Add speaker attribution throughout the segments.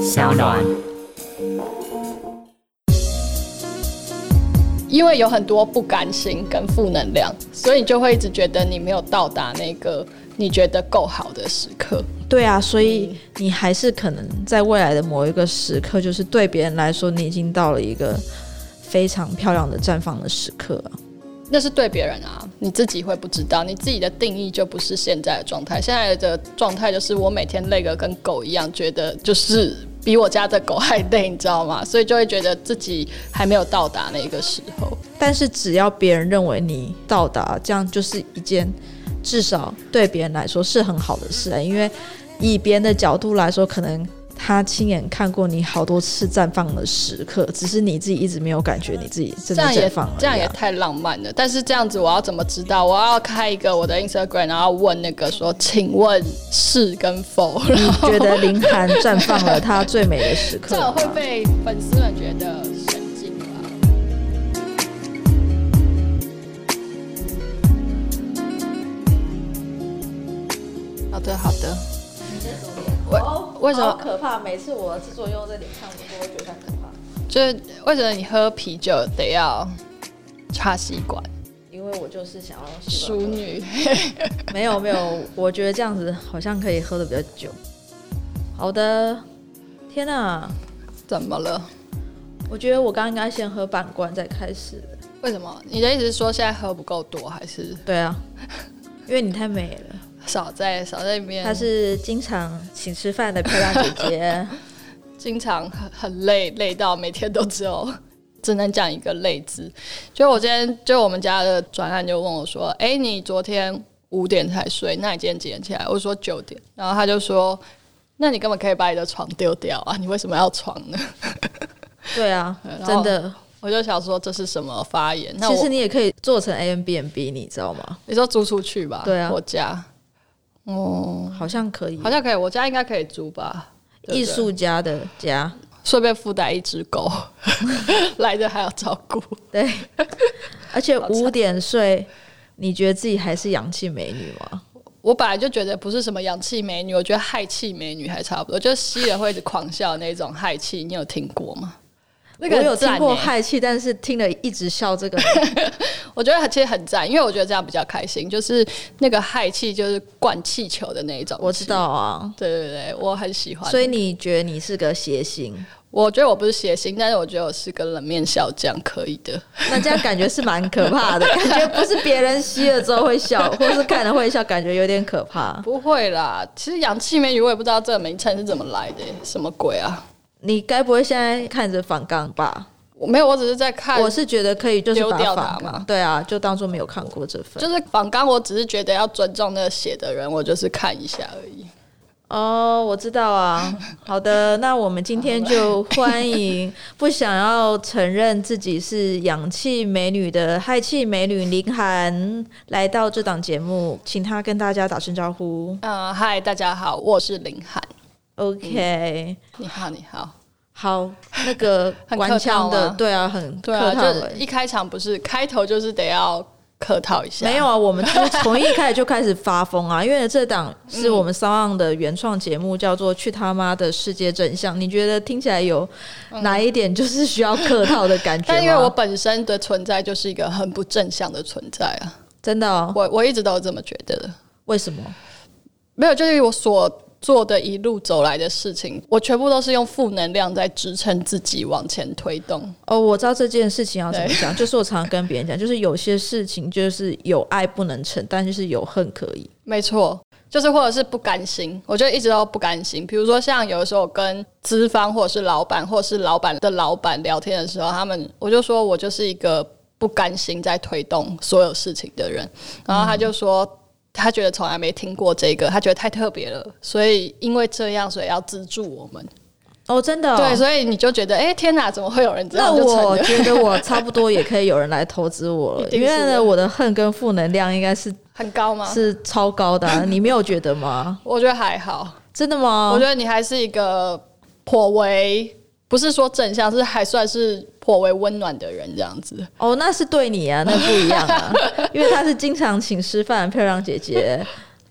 Speaker 1: 小暖。
Speaker 2: 因为有很多不甘心跟负能量，所以你就会一直觉得你没有到达那个你觉得够好的时刻。
Speaker 3: 对啊，所以你还是可能在未来的某一个时刻，就是对别人来说，你已经到了一个非常漂亮的绽放的时刻、啊。
Speaker 2: 那是对别人啊，你自己会不知道，你自己的定义就不是现在的状态。现在的状态就是我每天累个跟狗一样，觉得就是比我家的狗还累，你知道吗？所以就会觉得自己还没有到达那个时候。
Speaker 3: 但是只要别人认为你到达，这样就是一件至少对别人来说是很好的事
Speaker 2: 嗯
Speaker 3: 啊。因为以别人的角度来说，可能他亲眼看过你好多次绽放的时刻，只是你自己一直没有感觉你自己
Speaker 2: 这
Speaker 3: 真的
Speaker 2: 样也
Speaker 3: 绽放了、啊
Speaker 2: 这样也太浪漫了。但是这样子我要怎么知道？我要开一个我的 Instagram，然后问那个说，请问是跟否？然后
Speaker 3: 觉得林涵绽放了她最美的时 刻
Speaker 2: 这。样会被粉丝们觉得神经吧？好的，好的。为为什么
Speaker 3: 可怕？每次我的制作用在脸上，我都会觉得很可怕，
Speaker 2: 就是为什么你喝啤酒得要插吸管？
Speaker 3: 因为我就是想要
Speaker 2: 淑女，
Speaker 3: 没有没有，我觉得这样子好像可以喝的比较久。好的，天哪、
Speaker 2: 怎么了？
Speaker 3: 我觉得我刚刚应该先喝半罐再开始。
Speaker 2: 为什么？你的意思是说现在喝不够多，还是
Speaker 3: 对啊，因为你太美了，
Speaker 2: 少在少在里面？
Speaker 3: 她是经常请吃饭的漂亮姐 姐。
Speaker 2: 经常很很累，累到每天都只有 只能讲一个累字。就我今天，就我们家的专案就问我说：“哎、你昨天五点才睡，那你今天几点起来？”我说九点，然后他就说：“那你根本可以把你的床丢掉啊，你为什么要床呢
Speaker 3: 对啊
Speaker 2: 然，后
Speaker 3: 真的。？”
Speaker 2: 我就想说这是什么发言？那
Speaker 3: 其
Speaker 2: 我
Speaker 3: 实你也可以做成 A M B N B，你知道吗？
Speaker 2: 你说租出去吧，
Speaker 3: 对啊
Speaker 2: 我家，哦，
Speaker 3: 好像可以。
Speaker 2: 好像可以，我家应该可以租吧。对不对
Speaker 3: 艺术家的家，
Speaker 2: 顺便附带一只狗， 来的还要照顾。
Speaker 3: 对， 而且
Speaker 2: 好惨
Speaker 3: 五点睡，你觉得自己还是洋气美女吗？
Speaker 2: 我本来就觉得不是什么洋气美女，我觉得氦气美女还差不多，就是吸了会一直狂笑的那种氦气，你有听过吗？那个
Speaker 3: 我有
Speaker 2: 很
Speaker 3: 听
Speaker 2: 赞
Speaker 3: 过
Speaker 2: 欸
Speaker 3: 氦气，但是听了一直笑这个
Speaker 2: 我觉得其实很赞，因为我觉得这样比较开心，就是那个氦气就是灌气球的那一种。
Speaker 3: 我知，道啊。
Speaker 2: 对对对，我很喜欢。
Speaker 3: 所以你觉得你是个谐星？
Speaker 2: 我觉得我不是谐星，但是我觉得我是个冷面笑匠，可以的。
Speaker 3: 那这样感觉是蛮可怕的， 感觉不是别人吸了之后会笑， 或是看了会笑，感觉有点可怕。
Speaker 2: 不会啦，其实洋气美女我也不知道这个名称是怎么来的，什么鬼啊？
Speaker 3: 你该不会现在看着反刚吧？
Speaker 2: 我没有，我只是在看。
Speaker 3: 我是觉得可以，就是
Speaker 2: 啊
Speaker 3: 把
Speaker 2: 丢掉
Speaker 3: 反
Speaker 2: 它嘛
Speaker 3: 刚，对啊，就当做没有看过这份。
Speaker 2: 就是仿刚，我只是觉得要尊重那个写的人，我就是看一下而已。
Speaker 3: 哦，我知道啊。好的，那我们今天就欢迎不想要承认自己是氧气美女的氦气美女林涵来到这档节目，请她跟大家打声招呼。
Speaker 2: 嗯，嗨，大家好，我是林涵。嗯
Speaker 3: OK，、
Speaker 2: 你好，你好。
Speaker 3: 好，那个
Speaker 2: 很
Speaker 3: 官腔
Speaker 2: 客套
Speaker 3: 的，
Speaker 2: 吗
Speaker 3: 对啊，很
Speaker 2: 对
Speaker 3: 客
Speaker 2: 啊，
Speaker 3: 套
Speaker 2: 就
Speaker 3: 欸
Speaker 2: 一开场不是开头就是得要客套一下，
Speaker 3: 没有啊，我们就是从一开始就开始发疯啊，因为这档是我们 s o 的原创节目，叫做《去他妈的世界真相》。你觉得听起来有哪一点就是需要客套的感觉
Speaker 2: 嗯
Speaker 3: 吗？
Speaker 2: 但因为我本身的存在就是一个很不正向的存在啊，
Speaker 3: 真的、哦，
Speaker 2: 我我一直都有这么觉得的。
Speaker 3: 为什么？
Speaker 2: 没有，就是我所做的一路走来的事情，我全部都是用负能量在支撑自己往前推动。
Speaker 3: 哦，我知道这件事情要怎么讲，就是我常常跟别人讲，就是有些事情就是有爱不能成，但就是有恨可以。
Speaker 2: 没错，就是或者是不甘心，我就一直都不甘心。比如说像有的时候我跟资方或者是老板或者是老板的老板聊天的时候，他们我就说我就是一个不甘心在推动所有事情的人，然后他就说。他觉得从来没听过这个，他觉得太特别了，所以因为这样，所以要资助我们。
Speaker 3: 哦，真的、哦，
Speaker 2: 对，所以你就觉得，哎、天哪，怎么会有人这
Speaker 3: 那
Speaker 2: 样就成
Speaker 3: 我
Speaker 2: 了？
Speaker 3: 觉得我差不多也可以有人来投资 我
Speaker 2: 一
Speaker 3: 了，
Speaker 2: 定
Speaker 3: 因
Speaker 2: 是
Speaker 3: 为
Speaker 2: 的
Speaker 3: 呢，我的恨跟负能量应该是
Speaker 2: 很高吗？
Speaker 3: 是超高的啊、你没有觉得吗？
Speaker 2: 我觉得还好。
Speaker 3: 真的吗？
Speaker 2: 我觉得你还是一个颇为不是说正向，是还算是颇为温暖的人这样子。
Speaker 3: 哦，那是对你啊，那不一样啊，因为她是经常请吃饭的漂亮姐姐。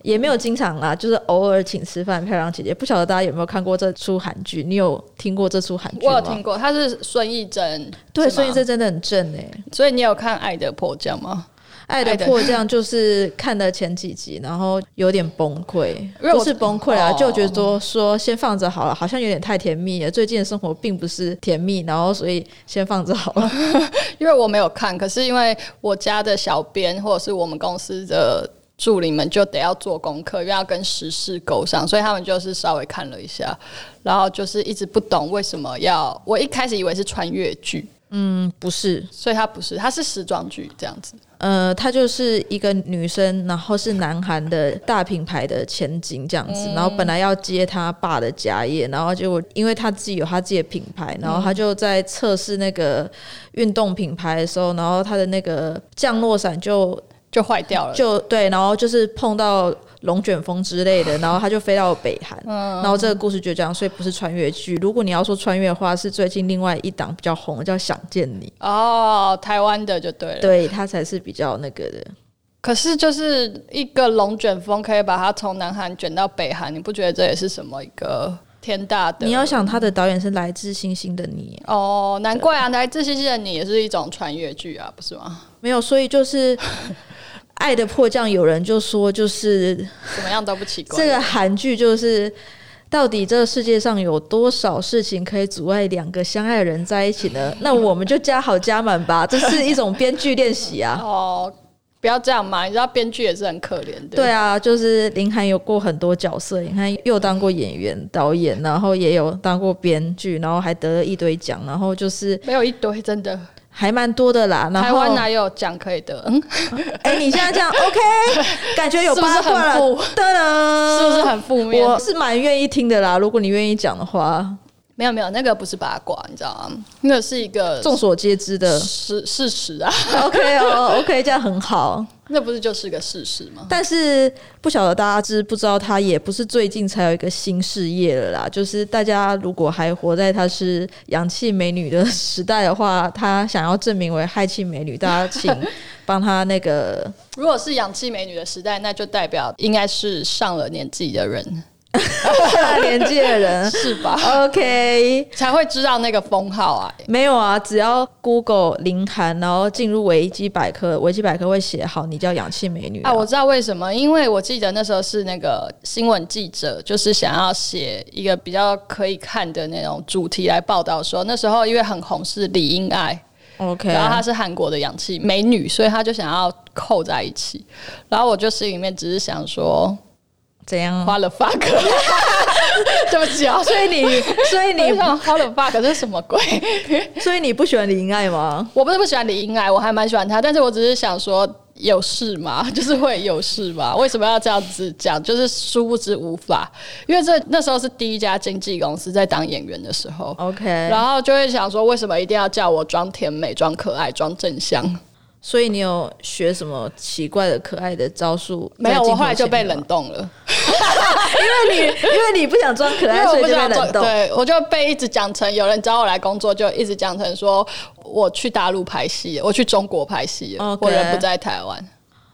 Speaker 3: 也没有经常啦，就是偶尔请吃饭。漂亮姐姐，不晓得大家有没有看过这出韩剧？你有听过这出韩剧
Speaker 2: 我
Speaker 3: 吗？
Speaker 2: 有听过，他是孙艺珍，
Speaker 3: 对，
Speaker 2: 是吗
Speaker 3: 所以这真的很正哎、
Speaker 2: 所以你有看《爱的迫降》吗？
Speaker 3: 爱
Speaker 2: 爱
Speaker 3: 的
Speaker 2: 的
Speaker 3: 迫降就是看了前几集，然后有点崩溃，
Speaker 2: 因为我
Speaker 3: 不是崩溃啊，
Speaker 2: 哦
Speaker 3: 就觉得说说先放着好了，好像有点太甜蜜了。最近的生活并不是甜蜜，然后所以先放着好了。
Speaker 2: 因为我没有看，可是因为我家的小编或者是我们公司的助理们就得要做功课，因为要跟时事勾上，所以他们就是稍微看了一下，然后就是一直不懂为什么要。我一开始以为是穿越剧，
Speaker 3: 嗯，不是，
Speaker 2: 所以它不是，它是时装剧这样子。
Speaker 3: 呃，她就是一个女生，然后是南韩的大品牌的前景这样子，然后本来要接她爸的家业，然后结果因为她自己有她自己的品牌，然后她就在测试那个运动品牌的时候，然后她的那个降落伞就
Speaker 2: 就坏掉了，
Speaker 3: 就对，然后就是碰到龙卷风之类的，然后他就飞到北韩，然后这个故事就这样，所以不是穿越剧。如果你要说穿越的话，是最近另外一档比较红的叫《想见你
Speaker 2: 哦，台湾的就对了》，。
Speaker 3: 对他才是比较那个的。
Speaker 2: 可是就是一个龙卷风，可以把它从南韩卷到北韩，你不觉得这也是什么一个天大的？
Speaker 3: 你要想他的导演是来自星星的你，
Speaker 2: 哦，难怪啊，来自星星的你也是一种穿越剧啊，不是吗？
Speaker 3: 没有，所以 就是。爱的迫降，有人就说，就是
Speaker 2: 怎么样都不奇怪。
Speaker 3: 这个韩剧，就是到底这个世界上有多少事情可以阻碍两个相爱的人在一 起呢？那我们就加好加满吧，这是一种编剧练 习啊。
Speaker 2: 哦，不要这样嘛，你知道编剧也是很可怜的。
Speaker 3: 对啊，就是林涵有过很多角色，你看又当过演员、导演，然后也有当过编剧，然后还得了一堆奖，然后就是
Speaker 2: 没有一堆真的，
Speaker 3: 还蛮多的啦。然
Speaker 2: 台
Speaker 3: 后
Speaker 2: 湾，哪有奖可以得？嗯，
Speaker 3: 哎、你现在这 样 OK，感觉有
Speaker 2: 是不是
Speaker 3: 八
Speaker 2: 很
Speaker 3: 卦了，
Speaker 2: 负
Speaker 3: 噔 噔，
Speaker 2: 是不是很负面？
Speaker 3: 我是蛮愿意听的啦，如果你愿意讲的话，
Speaker 2: 没有没有，那个不是八卦，你知道吗？那个是一个
Speaker 3: 众所皆知 的。
Speaker 2: 事事实啊，
Speaker 3: OK 哦，OK，这样很好。
Speaker 2: 那不是就是个事实吗？
Speaker 3: 但是不晓得大家知不知道，他也不是最近才有一个新事业了啦。就是大家如果还活在她是洋气美女的 时代的话，她想要证明为氦气美女，大家请帮她 那个。
Speaker 2: 如果是氧气美女的时代，那就代表应该是上了年纪的人，
Speaker 3: 大年纪 的人
Speaker 2: 是吧？
Speaker 3: ，OK，
Speaker 2: 才会知道那个封号啊。
Speaker 3: 没有啊，只要 Google 林涵，然后进入维基百科，维基百科会写好你叫洋气美女
Speaker 2: 啊，我知道为什么，因为我记得那时候是那个新闻记者，就是想要写一个比较可以看的那种主题来报道的时候，那时候因为很红是李英爱，
Speaker 3: OK，
Speaker 2: 然后她是韩国的氧气美女，所以她就想要扣在一起。然后我就心里面只是想说，
Speaker 3: 怎样？
Speaker 2: 花了 fuck，对不起啊，所
Speaker 3: 所 以你，所以
Speaker 2: 以你
Speaker 3: 你，
Speaker 2: 想花了 fuck 这是什么鬼？
Speaker 3: 所以你不喜欢林爱吗？
Speaker 2: 我不是不喜欢李英爱，我还蛮喜欢她，但是我只是想说，有事吗？ 就是会有事吗？为什么要这样子讲？就是殊不知无法，因为这那时候是第一家经纪公司在当演员的时候，
Speaker 3: OK，
Speaker 2: 然后就会想说，为什么一定要叫我装甜美、装可爱、装正向？
Speaker 3: 所以你有学什么奇怪的、可爱的招数？
Speaker 2: 没有，我后来就被冷
Speaker 3: 冻，
Speaker 2: 冻了，
Speaker 3: 因为你 因为你不想装可
Speaker 2: 因为
Speaker 3: 爱，
Speaker 2: 我
Speaker 3: 所以
Speaker 2: 不
Speaker 3: 就
Speaker 2: 知
Speaker 3: 被
Speaker 2: 道做
Speaker 3: 冷，冻。
Speaker 2: 对我就被一直讲成有人找我来工作，就一直讲成说我去大陆拍戏，我去中国拍戏了
Speaker 3: OK
Speaker 2: 我人不在台湾。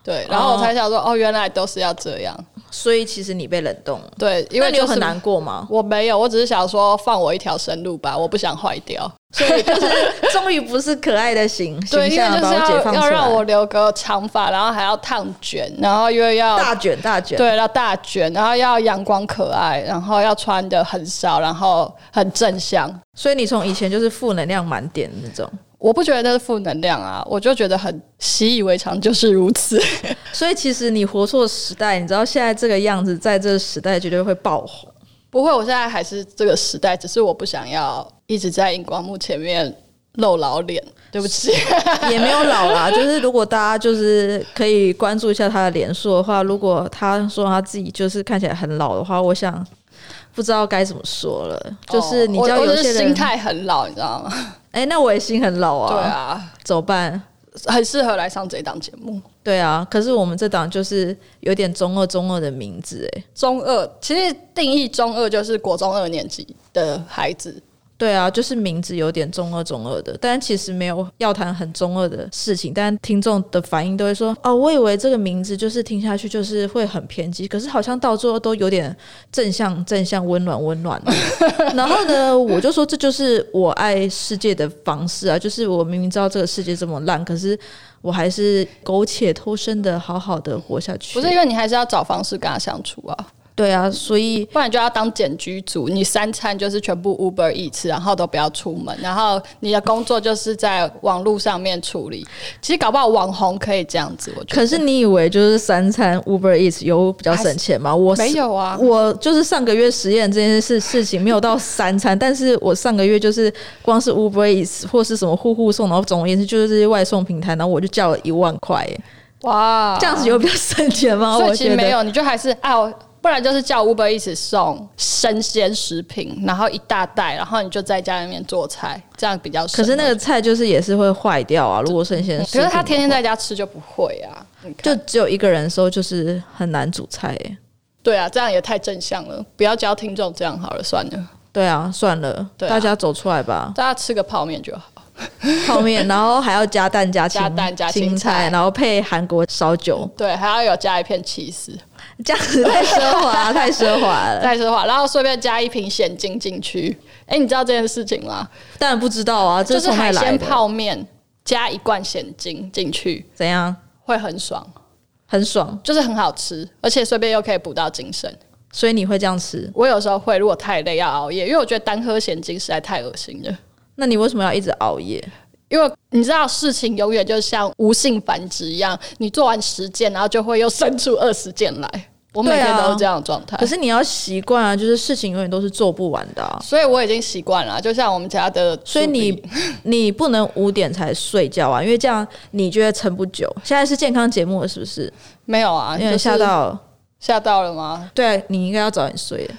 Speaker 2: 对，然后我才想说，哦，原来都是要这样。
Speaker 3: 所以其实你被冷冻，
Speaker 2: 对，因为
Speaker 3: 那你有
Speaker 2: 就是
Speaker 3: 很难过吗？
Speaker 2: 我没有，我只是想说放我一条生路吧，我不想坏掉。
Speaker 3: 所以就是终于不是可爱的形
Speaker 2: 对，因
Speaker 3: 形
Speaker 2: 为
Speaker 3: 象
Speaker 2: 就是
Speaker 3: 把我解
Speaker 2: 要
Speaker 3: 放
Speaker 2: 要
Speaker 3: 出
Speaker 2: 让我
Speaker 3: 来，
Speaker 2: 留个长发，然后还要烫卷，然后又要
Speaker 3: 大卷大卷。
Speaker 2: 对，要大卷，然后要阳光可爱，然后要穿的很少，然后很正向。
Speaker 3: 所以你从以前就是负能量满点的那种，
Speaker 2: 我不觉得那是负能量啊，我就觉得很习以为常，就是如此。
Speaker 3: 所以其实你活错时代，你知道现在这个样子，在这个时代绝对会爆红。
Speaker 2: 不会，我现在还是这个时代，只是我不想要一直在荧光幕前面露老脸。对不起，
Speaker 3: 也没有 老啦，就是如果大家就是可以关注一下他的脸书的话，如果他说他自己就是看起来很老的话，我想不知道该怎么说了。就是你知道
Speaker 2: 哦我
Speaker 3: 有
Speaker 2: 我只
Speaker 3: 些
Speaker 2: 是心
Speaker 3: 人，
Speaker 2: 态很老，你知道吗？
Speaker 3: 哎、那我也心很老啊，
Speaker 2: 对，啊，
Speaker 3: 怎么办？
Speaker 2: 很适合来上这档节目。
Speaker 3: 对啊，可是我们这档就是有点中二中二的名字哎、
Speaker 2: 中二其实定义中二就是国中二年级的孩子，
Speaker 3: 对啊，就是名字有点中二中二的，但其实没有要谈很中二的事情，但听众的反应都会说：“哦，我以为这个名字就是听下去就是会很偏激，可是好像到最后都有点正向正向温暖温 暖的。”然后呢，我就说这就是我爱世界的方式啊，就是我明明知道这个世界这么烂，可是我还是苟且偷生的好好的活下去。
Speaker 2: 不是因为你还是要找方式跟他相处啊，
Speaker 3: 对啊，所以
Speaker 2: 不然就要当简居族，你三餐就是全部 Uber 一次，然后都不要出门，然后你的工作就是在网络上面处理。其实搞不好网红可以这样子，我觉得
Speaker 3: 可是你以为就是三餐 Uber Eats 有比较省钱吗？我是
Speaker 2: 没有啊。
Speaker 3: 我就是上个月实验这件事事情没有到三餐，但是我上个月就是光是 Uber Eats 或是什么户户送，然后总而言之就是这些外送平台，然后我就叫了一万块耶，
Speaker 2: 哇，
Speaker 3: 这样子有比较省钱吗？
Speaker 2: 啊所
Speaker 3: 哦我
Speaker 2: 以其
Speaker 3: 觉
Speaker 2: 实
Speaker 3: 得
Speaker 2: 没有，你就还是啊，我不然就是叫 Uber 一起送生鲜食品，然后一大袋，然后你就在家里面做菜，这样比较省
Speaker 3: 可
Speaker 2: 啊。
Speaker 3: 是那个菜就是也是会坏掉啊，如果生鲜食
Speaker 2: 可
Speaker 3: 品的
Speaker 2: 是
Speaker 3: 话，
Speaker 2: 他天天在家吃就不会啊，你看
Speaker 3: 就只有一个人的时候，就是很难煮菜耶。
Speaker 2: 对啊，这样也太正向了，不要教听众这样好了，算了，
Speaker 3: 对啊，算了，
Speaker 2: 对啊。
Speaker 3: 大家走出来吧
Speaker 2: 大家吃个泡面就好。
Speaker 3: 泡面，然后还要加蛋加青
Speaker 2: 加蛋加青
Speaker 3: 青
Speaker 2: 菜
Speaker 3: 然后配韩国烧酒。
Speaker 2: 对，还要有加一片起司，
Speaker 3: 这样子太奢华，太奢华了。
Speaker 2: 再说话，然后顺便加一瓶现金进去。哎、你知道这件事情吗？
Speaker 3: 当然不知道啊，这
Speaker 2: 就是
Speaker 3: 从哪
Speaker 2: 海
Speaker 3: 里来
Speaker 2: 鲜
Speaker 3: 的？
Speaker 2: 泡面加一罐现金进去
Speaker 3: 怎样？
Speaker 2: 会很爽，
Speaker 3: 很爽，
Speaker 2: 就是很好吃，而且顺便又可以补到精神。
Speaker 3: 所以你会这样吃？
Speaker 2: 我有时候会，如果太累要熬夜，因为我觉得单喝现金实在太恶心了。
Speaker 3: 那你为什么要一直熬夜？
Speaker 2: 因为你知道，事情永远就像无性繁殖一样，你做完十件，然后就会又生出二十件来。我每
Speaker 3: 对啊
Speaker 2: 天都是这样的状态。
Speaker 3: 可是你要习惯啊，就是事情永远都是做不完的、啊，
Speaker 2: 所以我已经习惯了，就像我们家的，
Speaker 3: 所以你你不能五点才睡觉啊，因为这样你就会撑不久。现在是健康节目了，是不是？
Speaker 2: 没有啊，
Speaker 3: 因
Speaker 2: 就
Speaker 3: 为
Speaker 2: 是
Speaker 3: 嗯吓到，
Speaker 2: 吓到了吗？
Speaker 3: 对你应该要早点睡。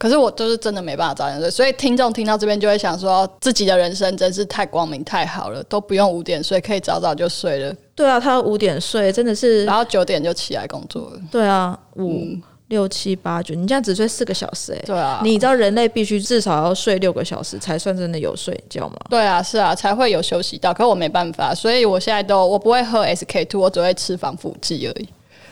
Speaker 2: 可是我就是真的没办法早点睡，所以听众听到这边就会想说，哦自己的人生真是太光明太好了，都不用五点睡，可以早早就睡了，
Speaker 3: 对啊，他五点睡真的是
Speaker 2: 然，后九点就起来工作了。
Speaker 3: 对啊，五、六七八九，你这样只睡四个小时、欸，
Speaker 2: 对啊，
Speaker 3: 你知道人类必须至少要睡六个小时才算真的有睡觉吗？
Speaker 2: 对啊，是啊，才会有休息到。可我没办法，所以我现在都我不会喝 SK two，我只会吃防腐剂而已，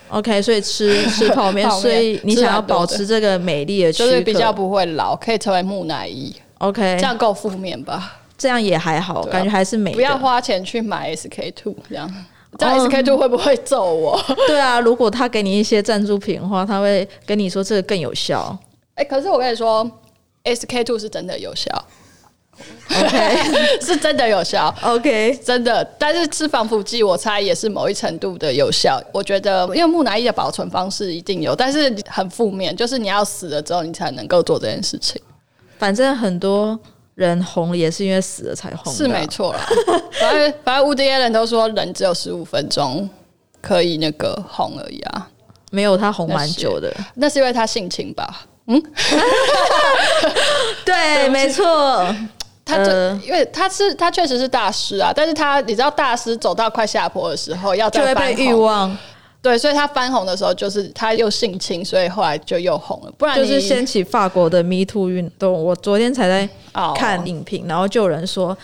Speaker 3: OK，所以吃吃泡 面，
Speaker 2: 泡面
Speaker 3: 所以你
Speaker 2: 吃
Speaker 3: 想要
Speaker 2: 很多
Speaker 3: 保
Speaker 2: 的
Speaker 3: 持这个美丽的躯
Speaker 2: 就
Speaker 3: 壳，
Speaker 2: 是比较不会老，可以成为木乃伊，
Speaker 3: OK，
Speaker 2: 这
Speaker 3: 这样
Speaker 2: 样够负面吧？
Speaker 3: 这样也还好，
Speaker 2: 对啊
Speaker 3: 感觉还是美哎的。
Speaker 2: 不要花钱去买 SK two，这样，这样 SK two 会不会揍我？
Speaker 3: 对啊，如果他给你一些赞助品的话，他会跟你说这个更有效。
Speaker 2: 哎、可是我跟你说，SK two 是真的有效，
Speaker 3: OK
Speaker 2: 是真的有效，
Speaker 3: OK，
Speaker 2: 真的。但是吃防腐剂，我猜也是某一程度的有效。我觉得，因为木乃伊的保存方式一定有，但是很负面，就是你要死了之后，你才能够做这件事情，
Speaker 3: 反正很多人红也是因为死了才红的啊，
Speaker 2: 是没错啦。 反正反正 Woody Allen 都说，人只有十五分钟可以那个红而已啊，
Speaker 3: 没有他红蛮
Speaker 2: 那是
Speaker 3: 久的。
Speaker 2: 那是因为他性情吧。
Speaker 3: 对，没错。
Speaker 2: 他这、
Speaker 3: 呃
Speaker 2: 因为他是他确实是大师啊，但是他你知道大师走到快下坡的时候，要
Speaker 3: 就
Speaker 2: 再
Speaker 3: 会
Speaker 2: 翻
Speaker 3: 被
Speaker 2: 红
Speaker 3: 欲望，
Speaker 2: 对，所以他翻红的时候，就是他又性侵，所以后来就又红了。不然
Speaker 3: 就
Speaker 2: 你
Speaker 3: 是掀起法国的 Me Too 运动。我昨天才在
Speaker 2: 哦
Speaker 3: 看影评，然后就有人说，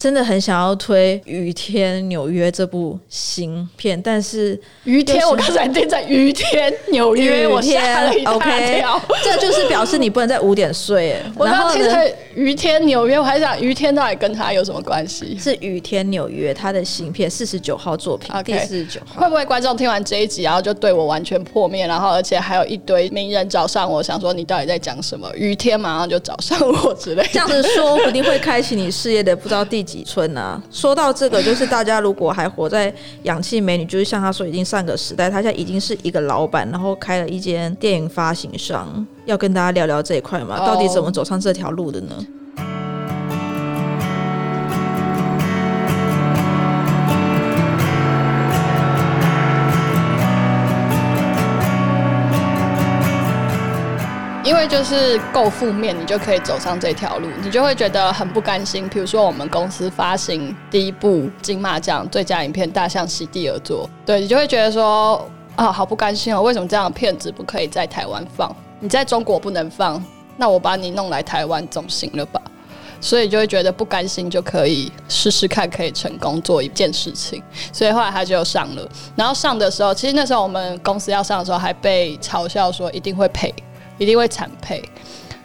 Speaker 3: 真的很想要推《雨天纽约》这部新片，但是
Speaker 2: 于天，
Speaker 3: 就是
Speaker 2: 我刚才定在于天纽约，我
Speaker 3: 雨
Speaker 2: 吓了一
Speaker 3: 天
Speaker 2: 大
Speaker 3: OK，
Speaker 2: 跳。
Speaker 3: 这就是表示你不能在五点睡。哎
Speaker 2: 我
Speaker 3: 然
Speaker 2: 刚
Speaker 3: 后
Speaker 2: 听
Speaker 3: 呢，
Speaker 2: 成于天纽约，我还想于天到底跟他有什么关系？
Speaker 3: 是《雨天纽约》它的新片，四十九号作品
Speaker 2: OK
Speaker 3: 第四十九号。
Speaker 2: 会不会观众听完这一集，然后就对我完全破灭，然后而且还有一堆名人找上我，想说你到底在讲什么？于天马上就找上我之类的
Speaker 3: 这样子说不定会开启你事业的不知道第几春啊！说到这个，就是大家如果还活在氧气美女，就是像她说已经上个时代，她现在已经是一个老板，然后开了一间电影发行商，要跟大家聊聊这一块嘛，
Speaker 2: 哦
Speaker 3: 到底怎么走上这条路的呢？
Speaker 2: 因为就是够负面，你就可以走上这条路，你就会觉得很不甘心。比如说，我们公司发行第一部金马奖最佳影片《大象席地而坐》，对你就会觉得说啊，好不甘心哦，为什么这样的片子不可以在台湾放？你在中国不能放，那我把你弄来台湾总行了吧？所以就会觉得不甘心就可以试试看，可以成功做一件事情。所以后来他就上了，然后上的时候，其实那时候我们公司要上的时候还被嘲笑说一定会赔，一定会惨赔。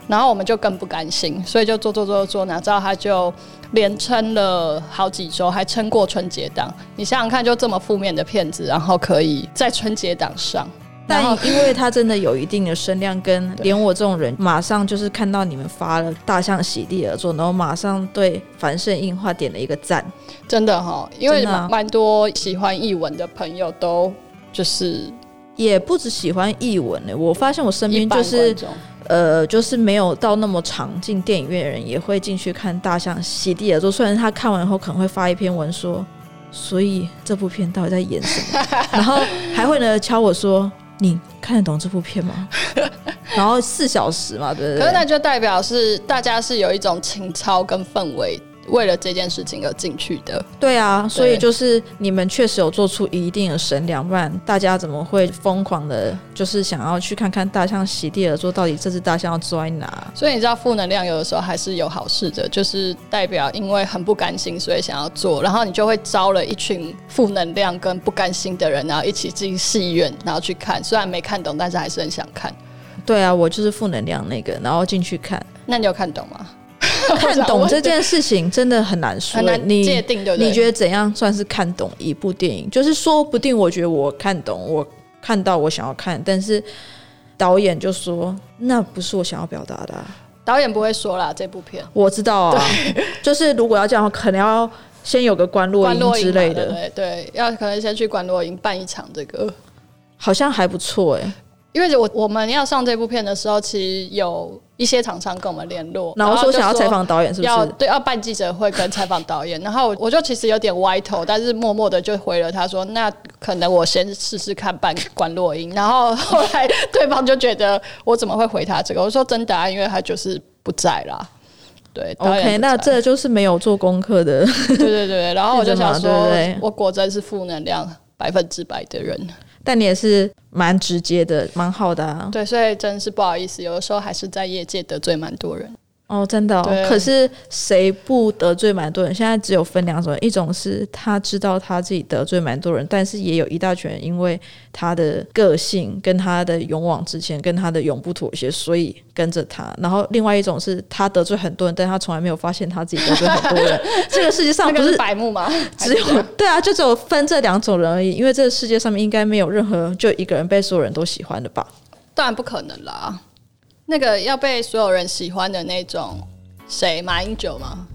Speaker 2: 然后我们就更不甘心，所以就做做做做，哪知道他就连撑了好几周，还撑过春节档。你想想看，就这么负面的片子，然后可以在春节档上，然
Speaker 3: 但
Speaker 2: 后
Speaker 3: 因为它真的有一定的声量，跟
Speaker 2: 对
Speaker 3: 连我这种人，马上就是看到你们发了大象席地而坐，然后马上对樊胜映画点了一个赞。
Speaker 2: 真的哈、因为
Speaker 3: 真的啊
Speaker 2: 蛮蛮多喜欢译文的朋友都就是
Speaker 3: 也不只喜欢译文呢、我发现我身
Speaker 2: 一
Speaker 3: 边
Speaker 2: 般
Speaker 3: 就是
Speaker 2: 观众
Speaker 3: 呃，就是没有到那么常进电影院的人，也会进去看大象席地而坐。虽然他看完后可能会发一篇文说，所以这部片到底在演什么，然后还会呢敲我说。你看得懂这部片吗？ 然后四小时嘛，对不对？
Speaker 2: 可是那就代表是大家是有一种情操跟氛围，为了这件事情而进去的。
Speaker 3: 对啊，所以
Speaker 2: 对
Speaker 3: 就是你们确实有做出一定的神量，不然大家怎么会疯狂的，就是想要去看看大象席地而坐，到底这只大象要坐在哪？
Speaker 2: 所以你知道，负能量有的时候还是有好事的，就是代表因为很不甘心，所以想要做，然后你就会招了一群负能量跟不甘心的人，然后一起进戏院，然后去看。虽然没看懂，但是还是很想看。
Speaker 3: 对啊，我就是负能量那个，然后进去看，
Speaker 2: 那你有看懂吗？
Speaker 3: 看懂这件事情真的很难说
Speaker 2: 很。难
Speaker 3: 你
Speaker 2: 界定，对不对？
Speaker 3: 你觉得怎样算是看懂一部电影？就是说不定我觉得我看懂，我看到我想要看，但是导演就说那不是我想要表达的啊、
Speaker 2: 导演不会说啦，这部片
Speaker 3: 我知道啊， 就是如果要这样的话，可能要先有个关落
Speaker 2: 关
Speaker 3: 音
Speaker 2: 洛英
Speaker 3: 之
Speaker 2: 嘛
Speaker 3: 类
Speaker 2: 对不
Speaker 3: 的，
Speaker 2: 对对，要可能先去关洛英办一场这个。
Speaker 3: 好像还不错哎、
Speaker 2: 因为我我们要上这部片的时候，其实有一些厂商跟我们联络，
Speaker 3: 然后说
Speaker 2: 就
Speaker 3: 想要采访导演，是不
Speaker 2: 要
Speaker 3: 是？
Speaker 2: 对要办记者会跟采访导演，然后我我就其实有点歪头，但是默默的就回了他说，那可能我先试试看办关洛英，然后后来对方就觉得我怎么会回他这个？我说真的啊，因为他就是不在啦。对导演
Speaker 3: OK，
Speaker 2: 不
Speaker 3: 那
Speaker 2: 在
Speaker 3: 这就是没有做功课的。
Speaker 2: 对对对，然后我就想
Speaker 3: 是这样嘛
Speaker 2: 说
Speaker 3: 对不对，
Speaker 2: 我果真是负能量百分之百的人，
Speaker 3: 但你也是蛮直接的，蛮好的啊。
Speaker 2: 对，所以真是不好意思，有的时候还是在业界得罪蛮多人。
Speaker 3: 哦，真的、哦
Speaker 2: 对。
Speaker 3: 可是谁不得罪蛮多人？现在只有分两种，一种是他知道他自己得罪蛮多人，但是也有一大群人因为他的个性、跟他的勇往直前、跟他的永不妥协，所以跟着他。然后另外一种是他得罪很多人，但他从来没有发现他自己得罪很多人。这个世界上
Speaker 2: 那
Speaker 3: 不
Speaker 2: 个是
Speaker 3: 是
Speaker 2: 白目吗？
Speaker 3: 只有对啊，就只有分这两种人而已。因为这个世界上面应该没有任何就一个人被所有人都喜欢的吧？
Speaker 2: 当然不可能啦。那个要被所有人喜欢的那种，谁马英九吗？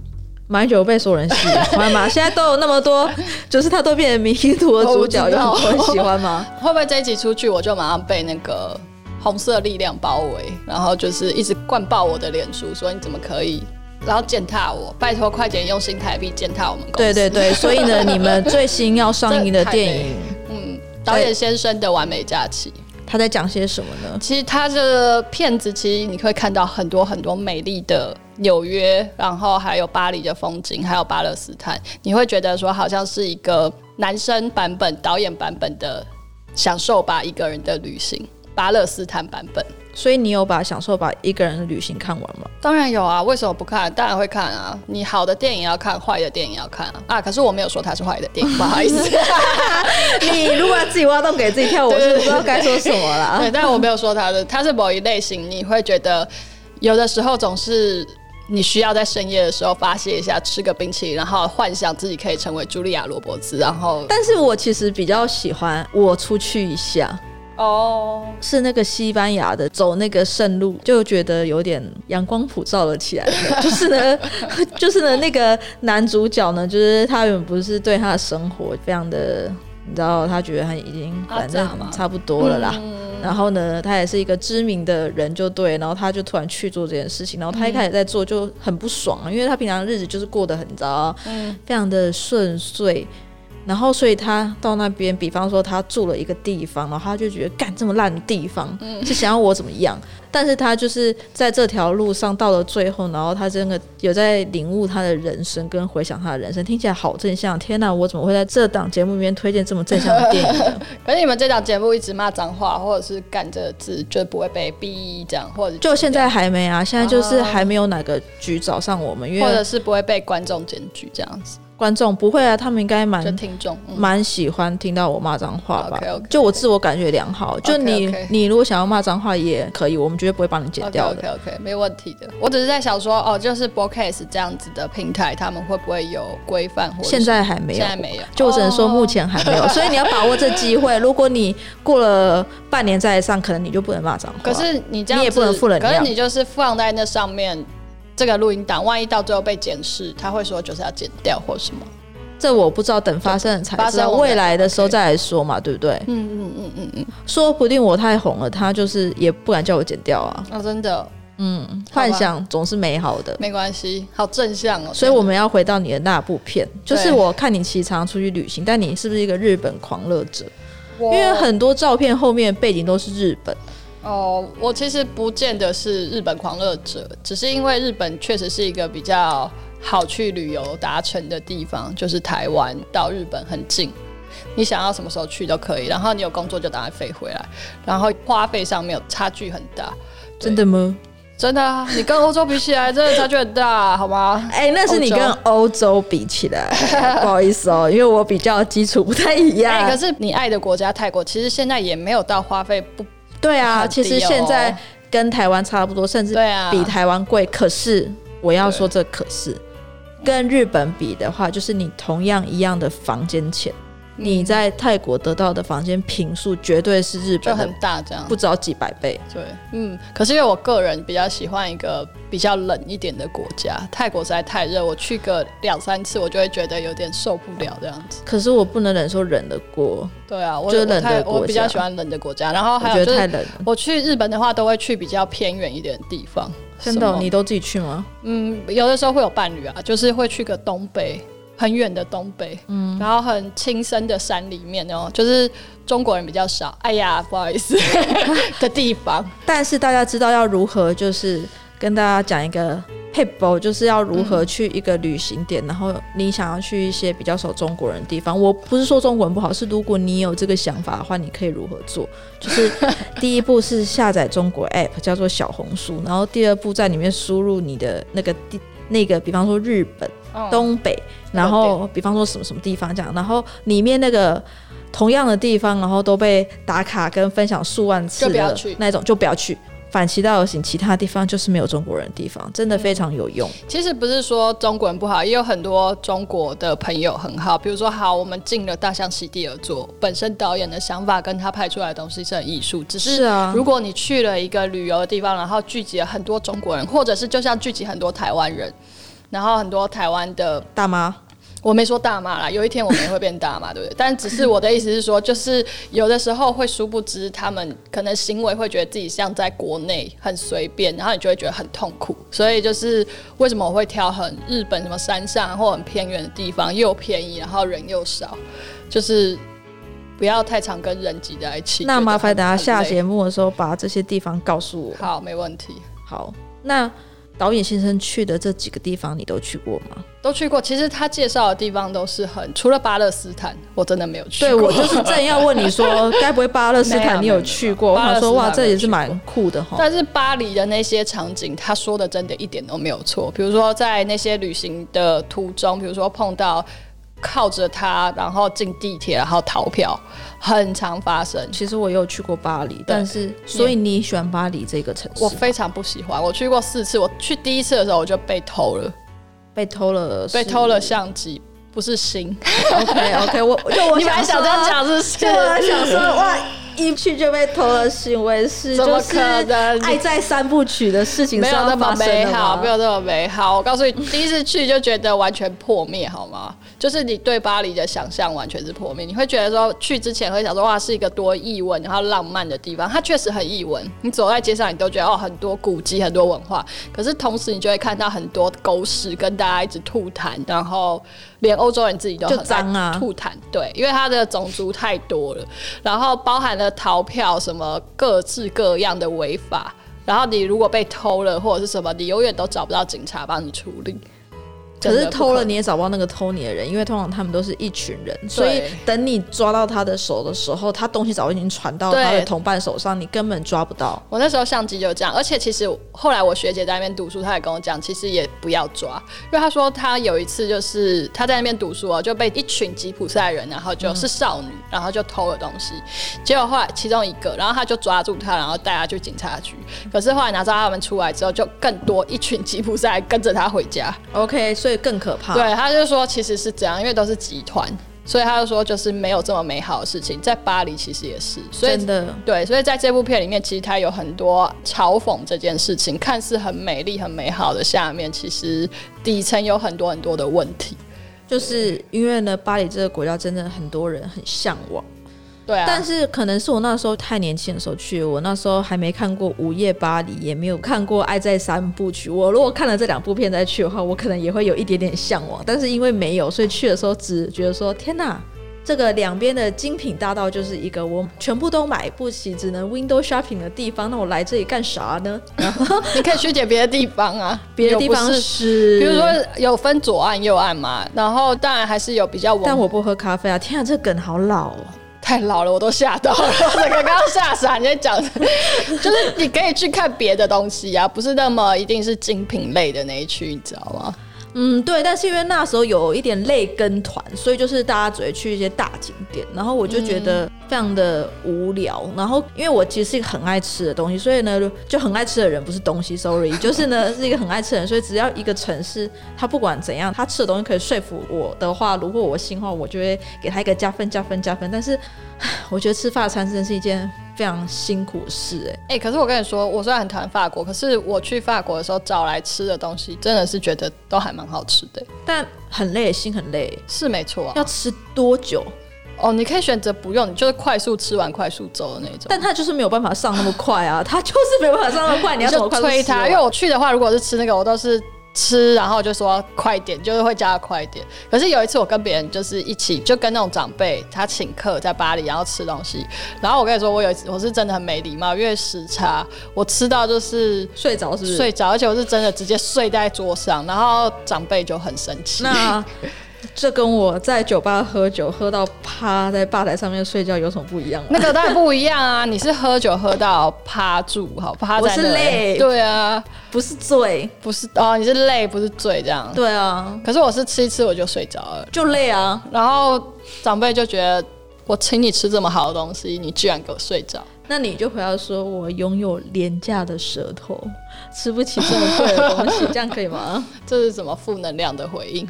Speaker 3: 马英九被所有人喜 欢吗？现在都有那么多，就是他都变成迷途的主角，有很多人喜欢 吗？
Speaker 2: 会不会这一集出去我就马上被那个红色力量包围，然后就是一直灌爆我的脸书，说你怎么可以，然后践踏我，拜托快点用新台币践踏我们公
Speaker 3: 对
Speaker 2: 司。
Speaker 3: 对对，所以呢，你们最新要上映的电影，
Speaker 2: 嗯，导演先生的完美假期。
Speaker 3: 他在讲些什么呢？
Speaker 2: 其实他的片子，其实你会看到很多很多美丽的纽约，然后还有巴黎的风景，还有巴勒斯坦，你会觉得说好像是一个男生版本、导演版本的享受吧，一个人的旅行，巴勒斯坦版本。
Speaker 3: 所以你有把《享受把一个人的旅行》看完吗？
Speaker 2: 当然有啊，为什么不看？当然会看啊！你好的电影要看，坏的电影要看 啊！啊，可是我没有说它是坏的电影，不好意思。
Speaker 3: 你如果要自己挖洞给自己跳，我是不知道该说什么了。
Speaker 2: 对，但我没有说他的，他是某一类型，你会觉得有的时候总是你需要在深夜的时候发泄一下，吃个冰淇淋，然后幻想自己可以成为茱莉亚·罗伯茨，然后
Speaker 3: 但是我其实比较喜欢我出去一下，
Speaker 2: 哦，
Speaker 3: 是那个西班牙的，走那个圣路，就觉得有点阳光普照了起来了。 就是呢，就是呢，那个男主角呢，就是他原本不是对他的生活非常的，你知道，他觉得他已经
Speaker 2: 阿
Speaker 3: 反正
Speaker 2: 杂嘛
Speaker 3: 差不多了啦。然后呢，他也是一个知名的人，就对。然后他就突然去做这件事情，然后他一开始在做就很不爽啊，因为他平常日子就是过得很糟，非常的顺遂。然后，所以他到那边，比方说他住了一个地方，然后他就觉得干这么烂的地方，
Speaker 2: 嗯
Speaker 3: 是想要我怎么样？但是他就是在这条路上到了最后，然后他真的有在领悟他的人生，跟回想他的人生，听起来好正向。天哪，我怎么会在这档节目里面推荐这么正向的电影 呢？
Speaker 2: 可是你们这档节目一直骂脏话，或者是干这个字，就不会被逼这样，或者
Speaker 3: 就现在还没啊，现在就是还没有哪个局找上我们，因
Speaker 2: 或者
Speaker 3: 为
Speaker 2: 是不会被观众检举这样子，
Speaker 3: 观众不会啊，他们应该
Speaker 2: 就
Speaker 3: 蛮
Speaker 2: 听众。嗯
Speaker 3: 蛮喜欢听到我骂脏话吧。
Speaker 2: OK，OK
Speaker 3: 就我自我感觉良好，就你
Speaker 2: OK，OK
Speaker 3: 你如果想要骂脏话也可以，我们绝对不会帮你剪掉的。
Speaker 2: OK OK OK，没问题的。我只是在想说，哦，就是 Broadcast 这样子的平台，他们会不会有规范？或者是
Speaker 3: 现在还没有
Speaker 2: 现。在没有，哦
Speaker 3: 就我只能说，目前还没有，所以你要把握这机 会。如果你过了半年再来上，可能你就不能骂脏话。
Speaker 2: 可是你这样子
Speaker 3: 你也不能负能量
Speaker 2: 可是你就是放在那上面这个录音档，万一到最后被检视，他会说就是要剪掉或什么。
Speaker 3: 这我不知道，等发生了才
Speaker 2: 发
Speaker 3: 知
Speaker 2: 生
Speaker 3: 道，
Speaker 2: 我们
Speaker 3: 未来的时候
Speaker 2: OK
Speaker 3: 再来说嘛，对不对？
Speaker 2: 嗯嗯嗯嗯嗯，
Speaker 3: 说不定我太红了，他就是也不敢叫我剪掉啊。
Speaker 2: 哦，真的
Speaker 3: 嗯，
Speaker 2: 好吧
Speaker 3: 幻想总是美好的。
Speaker 2: 没关系，好正向哦。
Speaker 3: 所以我们要回到你的那部片，就是
Speaker 2: 对
Speaker 3: 我看你其实常常出去旅行，但你是不是一个日本狂热者？
Speaker 2: 因
Speaker 3: 因为很多照片后面背景都是日本，
Speaker 2: 哦，我其实不见得是日本狂热者，只是因为日本确实是一个比较好去旅游达成的地方，就是台湾到日本很近，你想要什么时候去都可以，然后你有工作就打算飞回来，然后花费上面有差距很大，对
Speaker 3: 真的吗？
Speaker 2: 真的啊，你跟欧洲比起来，真的差距很大，好吗？
Speaker 3: 哎、那是你跟欧洲比起来，不好意思哦，因为我比较基础不太一样。
Speaker 2: 哎、可是你爱的国家泰国，其实现在也没有到花费不
Speaker 3: 对啊，
Speaker 2: 很
Speaker 3: 其
Speaker 2: 低哦
Speaker 3: 实现在跟台湾差不多，甚至
Speaker 2: 对啊，
Speaker 3: 比台湾贵。可是我要说这可是，跟日本比的话，就是你同样一样的房间钱，
Speaker 2: 嗯
Speaker 3: 你在泰国得到的房间平数绝对是日
Speaker 2: 就
Speaker 3: 本
Speaker 2: 很
Speaker 3: 的
Speaker 2: 大这样
Speaker 3: 不。知道几百倍。
Speaker 2: 对，嗯，可是因为我个人比较喜欢一个比较冷一点的国家，泰国实在太热，我去个两三次，我就会觉得有点受不了这样子。
Speaker 3: 可是我不能忍受冷的锅，
Speaker 2: 对啊，我
Speaker 3: 就是冷的
Speaker 2: 我太
Speaker 3: 国家
Speaker 2: 我比较喜欢冷的国家。然后
Speaker 3: 我
Speaker 2: 还
Speaker 3: 觉
Speaker 2: 有
Speaker 3: 得
Speaker 2: 就
Speaker 3: 太
Speaker 2: 是，
Speaker 3: 冷了。
Speaker 2: 我去日本的话，都会去比较偏远一点的地方。
Speaker 3: 真的哦、
Speaker 2: 什么
Speaker 3: 你都自己去吗？
Speaker 2: 嗯，有的时候会有伴侣啊，就是会去个东北，很远的东北，嗯，然后很亲身的山里面哦，就是中国人比较少，哎呀，不好意思 的地方，
Speaker 3: 但是大家知道要如何，就是跟大家讲一个 p e p l 就是要如何去一个旅行点，然后你想要去一些比较少中国人的地方。我不是说中国人不好，是如果你有这个想法的话，你可以如何做？就是第一步是下载中国 app，叫做小红 书，然后第二步在里面输入你的那个地那个，比方说日本。
Speaker 2: 嗯
Speaker 3: 东北，然后哦比方说什么什么地方这样，然后里面那个同样的地方，然后都被打卡跟分享数万次
Speaker 2: 就不要
Speaker 3: 的
Speaker 2: 去
Speaker 3: 那种，就不要去。反其道而行，其他地方就是没有中国人的地方，真的非常有用。
Speaker 2: 其实不是说中国人不好，也有很多中国的朋友很好。比如说，好，我们进了《大象席地而坐》，本身导演的想法跟他拍出来的东西是很艺术，只
Speaker 3: 是
Speaker 2: 是
Speaker 3: 啊
Speaker 2: 如果你去了一个旅游的地方，然后聚集了很多中国人，或者是就像聚集很多台湾人，然后很多台湾的
Speaker 3: 大妈，
Speaker 2: 我没说大骂啦，有一天我们也会变大骂，对不 对？但只是我的意思是说，就是有的时候会殊不知，他们可能行为会觉得自己像在国内很随便，然后你就会觉得很痛苦。所以就是为什么我会挑很日本什么山上或很偏远的地方，又便宜，然后人又少，就是不要太常跟人挤在一起。
Speaker 3: 那麻烦
Speaker 2: 觉得
Speaker 3: 大
Speaker 2: 很
Speaker 3: 家下。
Speaker 2: 很
Speaker 3: 节目的时候把这些地方告诉我
Speaker 2: 累。好，没问题。
Speaker 3: 好，那导演先生去的这几个地方你都去过吗？
Speaker 2: 都去过，其实他介绍的地方都是很，除了巴勒斯坦，我真的没有去
Speaker 3: 对，
Speaker 2: 过。
Speaker 3: 我就是正要问你说，该不会巴勒斯坦你有去过？我
Speaker 2: 没有没有
Speaker 3: 想说，
Speaker 2: 巴
Speaker 3: 哇，
Speaker 2: 勒斯坦
Speaker 3: 这
Speaker 2: 没
Speaker 3: 也
Speaker 2: 有
Speaker 3: 是
Speaker 2: 去过
Speaker 3: 蛮酷的哈。
Speaker 2: 但是巴黎的那些场景，他说的真的一点都没有错。比如说在那些旅行的途中，比如说碰到靠着他，然后进地铁，然后逃票，很常发生。
Speaker 3: 其实我也有去过巴黎，但是所以你喜欢巴黎这个城市？
Speaker 2: 我非常不喜欢，我去过四次，我去第一次的时候我就被偷了，
Speaker 3: 被偷了，
Speaker 2: 被偷了。相机，不是心。
Speaker 3: OK OK，我就 我
Speaker 2: 你本来想
Speaker 3: 想
Speaker 2: 这样
Speaker 3: 说，
Speaker 2: 讲是不是
Speaker 3: 就我想说，哇，一去就被投了行为是，
Speaker 2: 怎么
Speaker 3: 就是
Speaker 2: 可能
Speaker 3: 爱在三部曲的事情
Speaker 2: 没
Speaker 3: 是
Speaker 2: 有
Speaker 3: 要
Speaker 2: 那么
Speaker 3: 发生
Speaker 2: 美
Speaker 3: 的
Speaker 2: 好，
Speaker 3: 吗
Speaker 2: 没有那么美好。我告诉你，第一次去就觉得完全破灭，好吗？就是你对巴黎的想象完全是破灭。你会觉得说，去之前会想说，哇，是一个多异文然后浪漫的地方。它确实很异文，你走在街上，你都觉得哦，很多古迹，很多文化。可是同时，你就会看到很多狗屎跟大家一直吐痰，然后连欧洲人自己都很
Speaker 3: 就
Speaker 2: 爱
Speaker 3: 脏啊
Speaker 2: 吐痰。对，因为它的种族太多了，然后包含了逃票什么各式各样的违法。然后你如果被偷了或者是什么，你永远都找不到警察帮你处理。
Speaker 3: 可
Speaker 2: 真
Speaker 3: 是
Speaker 2: 的不
Speaker 3: 偷了
Speaker 2: 能
Speaker 3: 你也找不到那个偷你的人，因为通常他们都是一群人，所以等你抓到他的手的时候，他东西早已经传到
Speaker 2: 对
Speaker 3: 他的同伴手上，你根本抓不到。
Speaker 2: 我那时候相机就这样，而且其实后来我学姐在那边读书，她也跟我讲，其实也不要抓，因为她说她有一次就是她在那边读书哦、就被一群吉普赛人，然后就是少女，然后就偷了东西，结果后来其中一个，然后她就抓住她，然后带她去警察局，
Speaker 3: 嗯
Speaker 2: 可是后来拿到他们出来之后，就更多一群吉普赛人 跟着她回家，
Speaker 3: OK，所以更可怕。，
Speaker 2: 对，他就说其实是这样，因为都是集团，所以他就说就是没有这么美好的事情，在巴黎其实也是，所以
Speaker 3: 真的
Speaker 2: 对，所以在这部片里面，其实它有很多嘲讽这件事情，看似很美丽、很美好的下面，其实底层有很多很多的问题。
Speaker 3: 就是因为呢，巴黎这个国家真的很多人很向往，
Speaker 2: 对啊，
Speaker 3: 但是可能是我那时候太年轻的时候去，我那时候还没看过《午夜巴黎》，也没有看过《爱在三部曲》。我如果看了这两部片再去的话，我可能也会有一点点向往，但是因为没有，所以去的时候只觉得说：天哪！这个两边的精品大道就是一个我全部都买不起，只能 window shopping 的地方。那我来这里干啥呢？
Speaker 2: 你可以去点别的地方啊，
Speaker 3: 别的
Speaker 2: 有
Speaker 3: 地
Speaker 2: 不
Speaker 3: 方
Speaker 2: 是
Speaker 3: 是，
Speaker 2: 比如说有分左岸右岸嘛，然后当然还是有比较文
Speaker 3: 但我不喝咖啡啊！天啊，这梗好老哦。
Speaker 2: 太老了，我都吓到了， 我整个刚刚吓傻。你在讲，就是你可以去看别的东西啊，不是那么一定是精品类的那一区，你知道吗？
Speaker 3: 嗯，对，但是因为那时候有一点类跟团，所以就是大家只会去一些大景点，然后我就觉得非常的无聊。然后因为我其实是一个很爱吃的东西，所以呢就很爱吃的人不是东西，sorry，就是呢是一个很爱吃的人，所以只要一个城市，他不管怎样，他吃的东西可以说服我的话，如果我信的话，我就会给他一个加分加分加分。但是 唉我觉得吃法餐真的是一件非常辛苦的事、哎，
Speaker 2: 哎、可是我跟你说，我虽然很讨厌法国，可是我去法国的时候找来吃的东西，真的是觉得都还蛮好吃的，
Speaker 3: 但很累，心很累，
Speaker 2: 是没错啊。
Speaker 3: 要吃多久？
Speaker 2: 哦，你可以选择不用，你就是快速吃完快速走的那种。
Speaker 3: 但他就是没有办法上那么快啊， 他就是没有办法上那 么快，你要怎么
Speaker 2: 就
Speaker 3: 快速哦
Speaker 2: 催
Speaker 3: 吃啊完
Speaker 2: 他，因为我去的话，如果是吃那个，我都是吃，然后就说快点，就是会加快一点。可是有一次我跟别人就是一起，就跟那种长辈他请客在巴黎，然后吃东西，然后我跟你说，我有一次我是真的很没礼貌，因为时差，我吃到就是
Speaker 3: 睡着哦是不是？
Speaker 2: 睡着，而且我是真的直接睡在桌上，然后长辈就很生气。
Speaker 3: 那这跟我在酒吧喝酒喝到趴在吧台上面睡觉有什么不一样、啊？
Speaker 2: 那个当然不一样啊！你是喝酒喝到趴住，好趴在那里
Speaker 3: 我是累
Speaker 2: 对啊，
Speaker 3: 不是醉，
Speaker 2: 不是哦，你是累，不是醉这样。
Speaker 3: 对啊，
Speaker 2: 可是我是吃一吃我就睡着了，
Speaker 3: 就累啊。
Speaker 2: 然后长辈就觉得我请你吃这么好的东西，你居然给我睡着。
Speaker 3: 那你就回答说：“我拥有廉价的舌头，吃不起这么贵的东西，这样可 以吗
Speaker 2: 这是什么负能量的回应？？”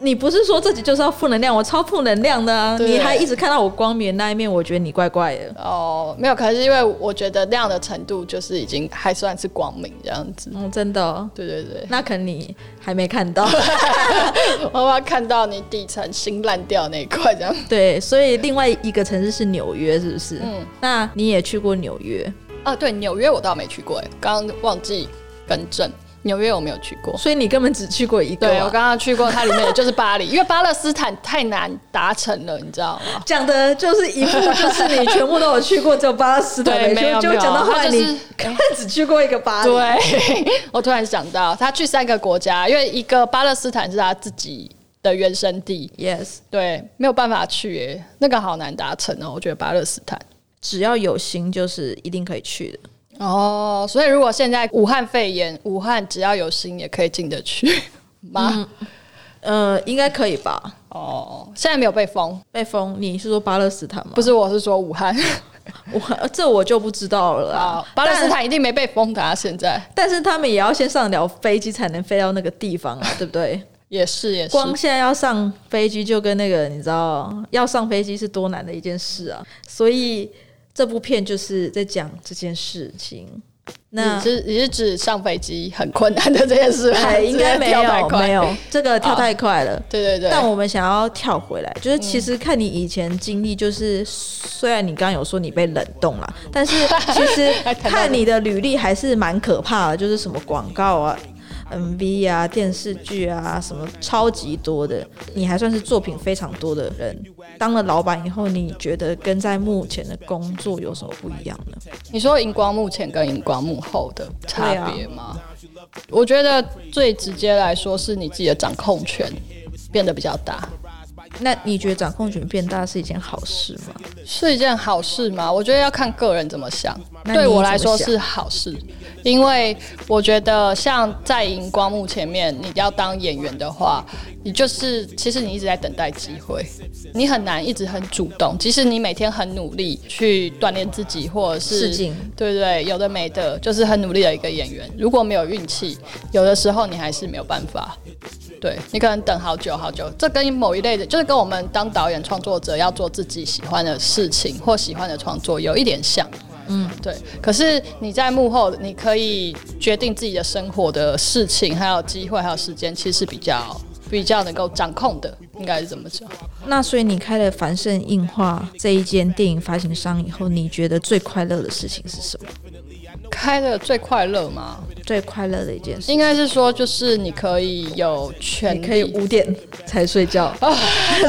Speaker 3: 你不是说自己就是要负能量，我超负能量的啊！
Speaker 2: 对
Speaker 3: 你还一直看到我光明的那一面，我觉得你怪怪的。
Speaker 2: 哦，没有，可是因为我觉得那样的程度就是已经还算是光明这样子。
Speaker 3: 嗯，真的哦，
Speaker 2: 对对对，
Speaker 3: 那可能你还没看 到。
Speaker 2: 我要看到你底层心烂掉那一块这样。
Speaker 3: 对，所以另外一个城市是纽约，是不是？
Speaker 2: 嗯
Speaker 3: 嗯，那你也去过纽约，
Speaker 2: 啊，对，纽约我倒没去过，哎，刚刚忘记更正，纽约我没有去过。
Speaker 3: 所以你根本只去过一个、
Speaker 2: 对，我
Speaker 3: 啊。
Speaker 2: 刚刚去过，它里面也就是巴黎，因为巴勒斯坦太难达成了，你知道吗？
Speaker 3: 讲的就是一副就是你全部都有去过，只有巴勒斯 坦
Speaker 2: 对
Speaker 3: 没去
Speaker 2: 没有
Speaker 3: 过，就
Speaker 2: 没有
Speaker 3: 讲到后
Speaker 2: 他
Speaker 3: 来
Speaker 2: 就是
Speaker 3: 你 根本只去过一个巴黎。
Speaker 2: 对， 我突然想到，他去三个国家，因为一个巴勒斯坦是他自己的原生地，
Speaker 3: Yes，
Speaker 2: 对，没有办法去、耶，那个好难达成哦，我觉得巴勒斯坦。
Speaker 3: 只要有心，就是一定可以去的。
Speaker 2: 哦，所以如果现在武汉肺炎，武汉只要有心也可以进得 去吗？
Speaker 3: 呃，应该可以吧？
Speaker 2: 哦，现在没有被封，
Speaker 3: 被封？你是说巴勒斯坦吗？
Speaker 2: 不是，我是说武 汉
Speaker 3: 我这我就不知道了
Speaker 2: 啊
Speaker 3: 啦，。
Speaker 2: 巴勒斯
Speaker 3: 但，
Speaker 2: 坦一定没被封的、啊，现在
Speaker 3: 但是他们也要先上了飞机才能飞到那个地方啊，对不对？
Speaker 2: 也是也是，
Speaker 3: 光现在要上飞机，就跟那个你知道，要上飞机是多难的一件事啊！所以这部片就是在讲这件事情。那
Speaker 2: 你是你是指上飞机很困难的 这件事吗？
Speaker 3: 哎，应该
Speaker 2: 直
Speaker 3: 没
Speaker 2: 接跳太
Speaker 3: 有
Speaker 2: 快啊
Speaker 3: 没有，这个跳太快了。
Speaker 2: 对对对，嗯
Speaker 3: 但我们想要跳回来，就是其实看你以前经历，就是、虽然你刚刚有说你被冷冻了，但是其实
Speaker 2: 还谈到
Speaker 3: 看你的履历还是蛮可怕的，就是什么广告啊。MV 啊，电视剧啊，什么超级多的，你还算是作品非常多的人。当了老板以后，你觉得跟在目前的工作有什么不一样呢？
Speaker 2: 你说荧光幕前跟荧光幕后的
Speaker 3: 对
Speaker 2: 差
Speaker 3: 啊
Speaker 2: 别吗？我觉得最直接来说是你自己的掌控权变得比较大，
Speaker 3: 那你觉得掌控权变大是一件好事吗？
Speaker 2: 是一件好事吗？我觉得要看个人怎么想。
Speaker 3: 那你
Speaker 2: 对我来说
Speaker 3: 怎么
Speaker 2: 是好事，因为我觉得像在荧光幕前面，你要当演员的话，你就是其实你一直在等待机会，你很难一直很主动。即使你每天很努力去锻炼自己，或者是
Speaker 3: 试镜
Speaker 2: 对对对，有的没的，就是很努力的一个演员。如果没有运气，有的时候你还是没有办法。对你可能等好久好久，这跟某一类的，就是跟我们当导演创作者要做自己喜欢的事情或喜欢的创作有一点像。嗯，对。可是你在幕后，你可以决定自己的生活的事情，还有机会，还有时间，其实是比较比较能够掌控的，应该是怎么讲？
Speaker 3: 那所以你开了繁盛映画这一间电影发行商以后，你觉得最快乐的事情是什么？
Speaker 2: 开的最快乐嘛，
Speaker 3: 最快乐的一件事，
Speaker 2: 应该是说就是你可以有权
Speaker 3: 你
Speaker 2: 利，
Speaker 3: 可以五点才睡觉，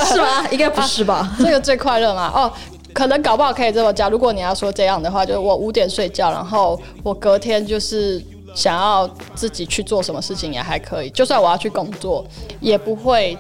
Speaker 3: 是吗？ 应该不是吧？
Speaker 2: 这个最快乐嘛？哦，可能搞不好可以这么讲。如果你要啊说这样的话，就是我五点睡觉，然后我隔天就是想要自己去做什么事情也还可以。就算我要去工作，也不会。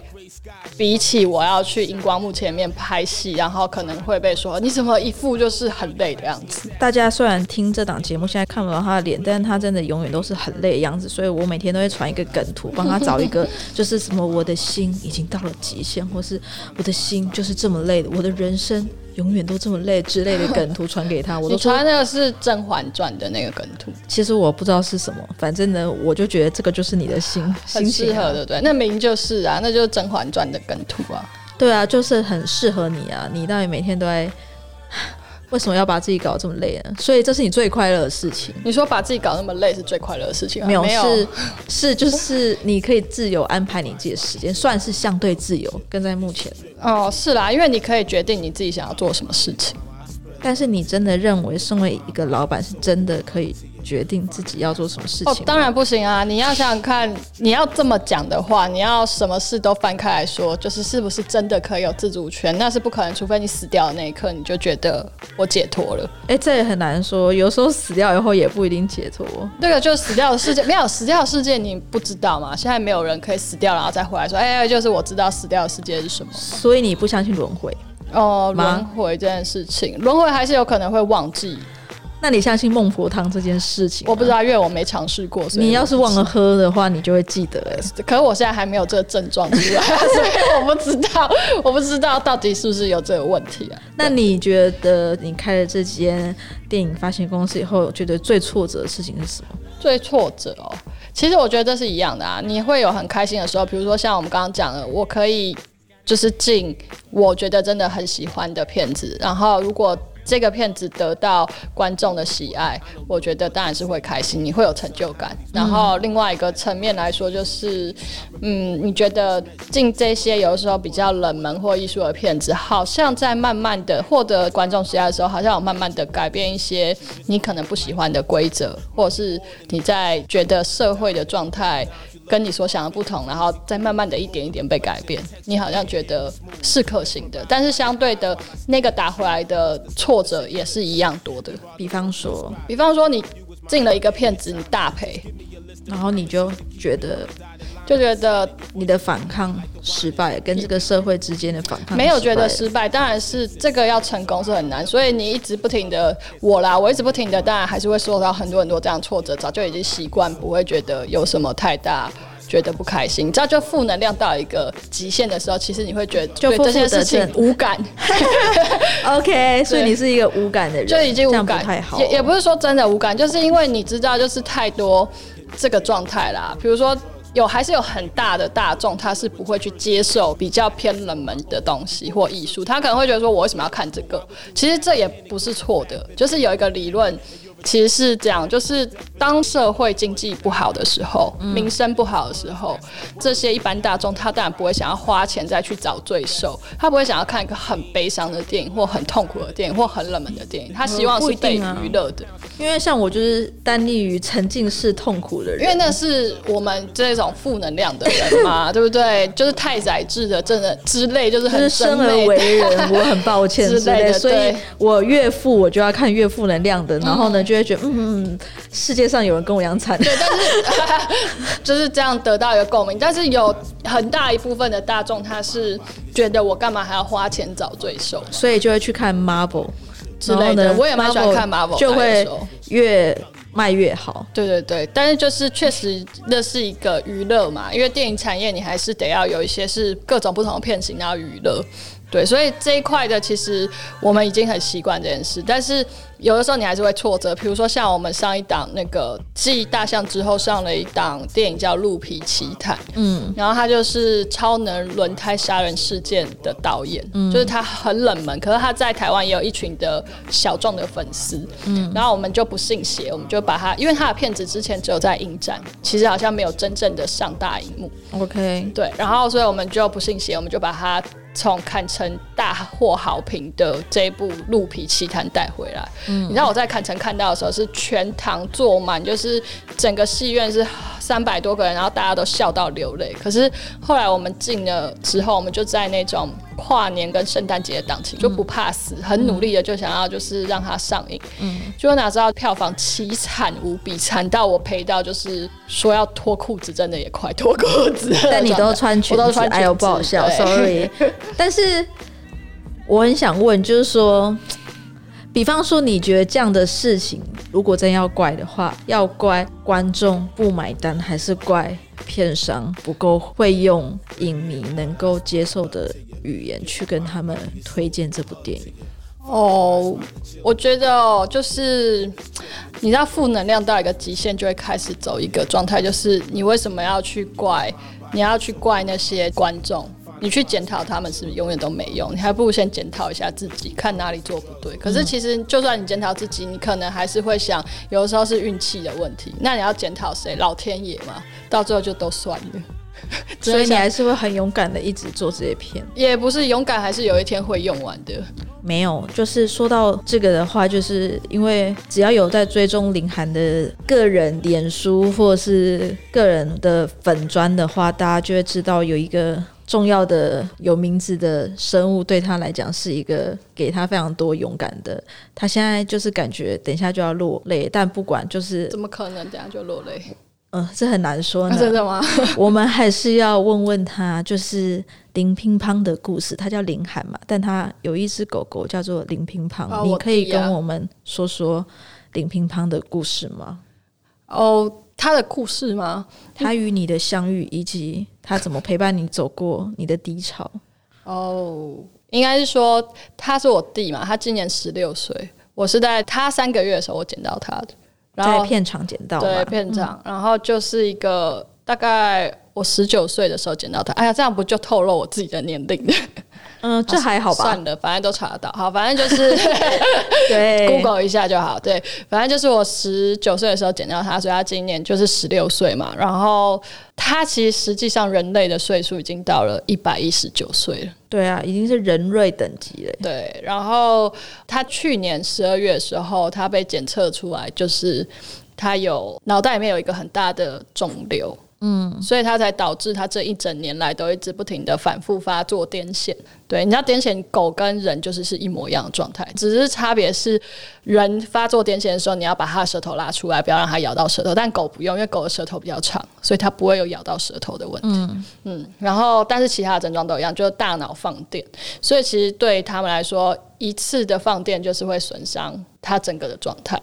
Speaker 2: 比起我要去荧光幕前面拍戏，然后可能会被说你怎么一副就是很累的样子。
Speaker 3: 大家虽然听这档节目现在看不到他的脸，但是他真的永远都是很累的样子，所以我每天都会传一个梗图，帮他找一 个就是什么我的心已经到了极限，或是我的心就是这么累的，我的人生永远都这么累之类的梗图传给他，我
Speaker 2: 你
Speaker 3: 都说
Speaker 2: 穿那个是《甄嬛传》的那个梗图，
Speaker 3: 其实我不知道是什么，反正呢，我就觉得这个就是你的心
Speaker 2: 很
Speaker 3: 心
Speaker 2: 适
Speaker 3: 情啊、
Speaker 2: 合，对不对？那明就是啊，那就是《甄嬛传》的梗图啊。
Speaker 3: 对啊，就是很适合你啊。你到底每天都在，啊为什么要把自己搞得这么累呢？所以这是你最快乐的事情，
Speaker 2: 你说把自己搞那么累是最快乐的事情吗？
Speaker 3: 没有
Speaker 2: 呃没有
Speaker 3: 是是就是你可以自由安排你自己的时间，算是相对自由，跟在目前。
Speaker 2: 哦，是啦，因为你可以决定你自己想要做什么事情。
Speaker 3: 但是你真的认为，身为一个老板，是真的可以决定自己要做什么事情
Speaker 2: 哦
Speaker 3: 吗？，
Speaker 2: 当然不行啊！你要想想看，你要这么讲的话，你要什么事都翻开来说，就是是不是真的可以有自主权？那是不可能，除非你死掉的那一刻，你就觉得我解脱 了。
Speaker 3: 哎、这也很难说。有时候死掉以后也不一定解脱。
Speaker 2: 那个就是死掉的世界，没有死掉的世界，你不知道嘛？现在没有人可以死掉，然后再回来说，哎、就是我知道死掉的世界是什么。
Speaker 3: 所以你不相信轮回？
Speaker 2: 哦，
Speaker 3: 吗
Speaker 2: 轮回这件事情，轮回还是有可能会忘记，
Speaker 3: 那你相信孟婆汤这件事情？
Speaker 2: 我不知。道，因为我没尝试过。所以
Speaker 3: 你
Speaker 2: 我
Speaker 3: 要
Speaker 2: 不
Speaker 3: 是忘了喝的话，你就会记得、欸。
Speaker 2: 可是我现在还没有这个症状出来， 所以我不知道，我不知道到底是不是有这个问题啊。
Speaker 3: 那你觉得你开了这间电影发行公司以后，觉得最挫折的事情是什么？
Speaker 2: 最挫折哦，其实我觉得这是一样的啊，你会有很开心的时候，比如说像我们刚刚讲的，我可以就是进我觉得真的很喜欢的片子，然后如果。这个片子得到观众的喜爱，我觉得当然是会开心，你会有成就感。然后另外一个层面来说，就是，嗯，你觉得进这些有的时候比较冷门或艺术的片子，好像在慢慢的获得观众喜爱的时候，好像有慢慢的改变一些你可能不喜欢的规则，或者是你在觉得社会的状态跟你所想的不同，然后再慢慢的一点一点被改变，你好像觉得是可行的，但是相对的那个打回来的挫折也是一样多的。
Speaker 3: 比方说，
Speaker 2: 比方说你进了一个片子，你大赔，
Speaker 3: 然后你就觉得
Speaker 2: 就觉得
Speaker 3: 你的反抗失败，跟这个社会之间的反抗
Speaker 2: 没有觉得
Speaker 3: 失
Speaker 2: 失
Speaker 3: 败
Speaker 2: 败，当然是这个要成功是很难，所以你一直不停的我啦，我一直不停的，当然还是会受到很多很多这样挫折，早就已经习惯，不会觉得有什么太大。觉得不开心，你知道，就负能量到一个极限的时候，其实你会觉得
Speaker 3: 就
Speaker 2: 对
Speaker 3: 负负
Speaker 2: 这件事
Speaker 3: 得
Speaker 2: 情
Speaker 3: 正
Speaker 2: 无感，
Speaker 3: OK，所以你是一个无感的人，
Speaker 2: 就已经
Speaker 3: 这
Speaker 2: 无
Speaker 3: 样不
Speaker 2: 感，
Speaker 3: 太好。
Speaker 2: 也也不是说真的无感，就是因为你知道，就是太多这个状态啦。比如说有还是有很大的大众，他是不会去接受比较偏冷门的东西或艺术，他可能会觉得说，我为什么要看这个？其实这也不是错的，就是有一个理论。其实是这样，就是当社会经济不好的时候，民生不好的时候，这些一般大众他当然不会想要花钱再去找罪受，他不会想要看一个很悲伤的电影，或很痛苦的电影，或很冷门的电影，他希望
Speaker 3: 嗯不
Speaker 2: 是
Speaker 3: 一
Speaker 2: 被
Speaker 3: 定啊
Speaker 2: 娱乐的。
Speaker 3: 因为像我就是单立于沉浸式痛苦的人，
Speaker 2: 因为那是我们这种负能量的人 嘛，对不对？就是太宰治的真的之类，就是
Speaker 3: 就是
Speaker 2: 很
Speaker 3: 生
Speaker 2: 真
Speaker 3: 而
Speaker 2: 美
Speaker 3: 为人， 我很抱歉
Speaker 2: 之
Speaker 3: 之
Speaker 2: 类
Speaker 3: 类，
Speaker 2: 的
Speaker 3: 所以
Speaker 2: 对
Speaker 3: 我岳父我就要看岳父能量的，然后呢就会觉得嗯嗯，世界上有人跟我一样惨，
Speaker 2: 对，但是 就是这样得到一个共鸣。但是有很大一部分的大众，他是觉得我干嘛还要花钱找罪受
Speaker 3: 所以就会去看 Marvel
Speaker 2: 之类的
Speaker 3: 然后呢
Speaker 2: 我也蛮喜欢看 Marvel
Speaker 3: 就
Speaker 2: 的
Speaker 3: 会
Speaker 2: 有时候
Speaker 3: 越卖越好。
Speaker 2: 对对对，但是就是确实那是一个娱乐嘛，因为电影产业你还是得要有一些是各种不同的片型然后娱乐。对，所以这一块的其实我们已经很习惯这件事，但是有的时候你还是会挫折。比如说像我们上一档那个继《大象》之后上了一档电影叫《鹿皮奇谭》，嗯，然后他就是超能轮胎杀人事件的导演，就是他很冷门，可是他在台湾也有一群的小众的粉丝，嗯，然后我们就不信邪，我们就把他，因为他的片子之前只有在影展，其实好像没有真正的上大荧幕，
Speaker 3: OK，
Speaker 2: 对，然后所以我们就不信邪，我们就把它从堪称大获好评的这一部《鹿皮奇谭》带回来。你知道我在坎城看到的时候是全堂坐满，就是整个戏院是三百多个人，然后大家都笑到流泪。可是后来我们进了之后，我们就在那种跨年跟圣诞节的档期就不怕死，很努力的就想要就是让它上映。结果哪知道票房凄惨无比，惨到我赔到就是说要脱裤子，真的也快脱裤子了。
Speaker 3: 但你都穿裙
Speaker 2: 我都
Speaker 3: 子，
Speaker 2: 穿裙子，
Speaker 3: 哎呦不好笑
Speaker 2: 对
Speaker 3: ，sorry。但 是我很想问，就是说，比方说，你觉得这样的事情，如果真要怪的话，要怪观众不买单，还是怪片商不够会用影迷能够接受的语言去跟他们推荐这部电影？
Speaker 2: 哦，我觉得哦，就是你知道负能量到一个极限，就会开始走一个状态，就是你为什么要去怪，你要去怪那些观众。你去检讨他们是不是永远都没用，你还不如先检讨一下自己，看哪里做不对。可是其实，就算你检讨自己，你可能还是会想，有的时候是运气的问题。那你要检讨谁？老天爷嘛，到最后就都算了。只
Speaker 3: 所
Speaker 2: 能
Speaker 3: 以你
Speaker 2: 想
Speaker 3: 还是会很勇敢的一直做这些片。
Speaker 2: 也不是勇敢，还是有一天会用完的。
Speaker 3: 没有，就是说到这个的话，就是因为只要有在追踪林涵的个人脸书或是个人的粉砖的话，大家就会知道有一个重要的有名字的生物，对他来讲是一个给他非常多勇敢的。他现在就是感觉等一下就要落泪，但不管就是
Speaker 2: 怎么可能等下就落泪？
Speaker 3: 嗯、呃这很难说
Speaker 2: 啊真
Speaker 3: 呢。
Speaker 2: 的吗？
Speaker 3: 我们还是要问问他，就是林乒乓的故事。他叫林涵嘛，但他有一只狗狗叫做林乒乓。
Speaker 2: 哦
Speaker 3: 你
Speaker 2: 我
Speaker 3: 可以
Speaker 2: 弟啊
Speaker 3: 跟我们说说林乒乓的故事吗？
Speaker 2: 哦，他的故事吗？
Speaker 3: 他与你的相遇，以及他怎么陪伴你走过你的低潮。
Speaker 2: 哦，应该是说他是我弟嘛，他今年十六岁，我是在他三个月的时候我捡到他的， 然
Speaker 3: 在
Speaker 2: 后
Speaker 3: 片场捡到
Speaker 2: 对
Speaker 3: 嘛？嗯
Speaker 2: 片长，然后就是一个大概我十九岁的时候捡到他，哎呀，这样不就透露我自己的年龄？
Speaker 3: 嗯、这还好吧？
Speaker 2: 啊 算了，反正都查得到，好，反正 就是。
Speaker 3: 对
Speaker 2: Google 一下就好。对，反正就是我十九岁的时候捡到它，所以它今年就是十六岁嘛。然后它其实实际上人类的岁数已经到了一百一十九岁了。
Speaker 3: 对啊，已经是人瑞等级了。
Speaker 2: 对，然后它去年十二月的时候，它被检测出来就是它有脑袋里面有一个很大的肿瘤。嗯，所以它才导致它这一整年来都一直不停的反复发作癫痫。对，你知道癫痫狗跟人就是是一模一样的状态，只是差别是人发作癫痫的时候，你要把它的舌头拉出来，不要让它咬到舌头。但狗不用，因为狗的舌头比较长，所以它不会有咬到舌头的问题。嗯然后但是其他的症状都一样，就是大脑放电。所以其实对他们来说，一次的放电就是会损伤它整个的状态。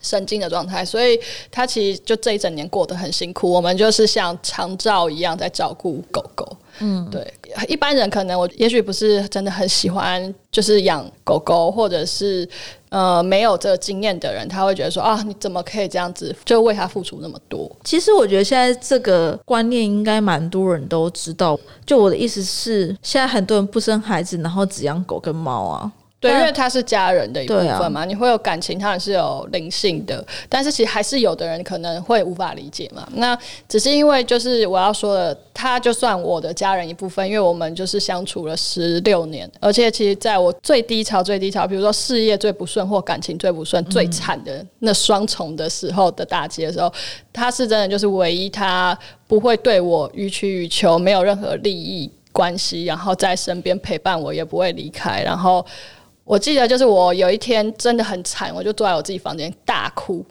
Speaker 2: 神经的状态，所以他其实就这一整年过得很辛苦。我们就是像长照一样在照顾狗狗。嗯，对，一般人可能我也许不是真的很喜欢，就是养狗狗，或者是嗯、呃没有这个经验的人，他会觉得说啊，你怎么可以这样子就为他付出那么多？
Speaker 3: 其实我觉得现在这个观念应该蛮多人都知道。就我的意思是，现在很多人不生孩子，然后只养狗跟猫啊。
Speaker 2: 对，因
Speaker 3: 但
Speaker 2: 为他是家人的一部
Speaker 3: 对啊
Speaker 2: 分嘛，你会有感情，他也是有灵性的。但是其实还是有的人可能会无法理解嘛。那只是因为就是我要说的，他就算我的家人一部分，因为我们就是相处了十六年，而且其实在我最低潮、最低潮，比如说事业最不顺或感情最不顺、最惨的那双重的时候的打击的时候，他是真的就是唯一他不会对我予取予求，没有任何利益关系，然后在身边陪伴我，也不会离开，然后。我记得就是我有一天真的很惨，我就坐在我自己房间大哭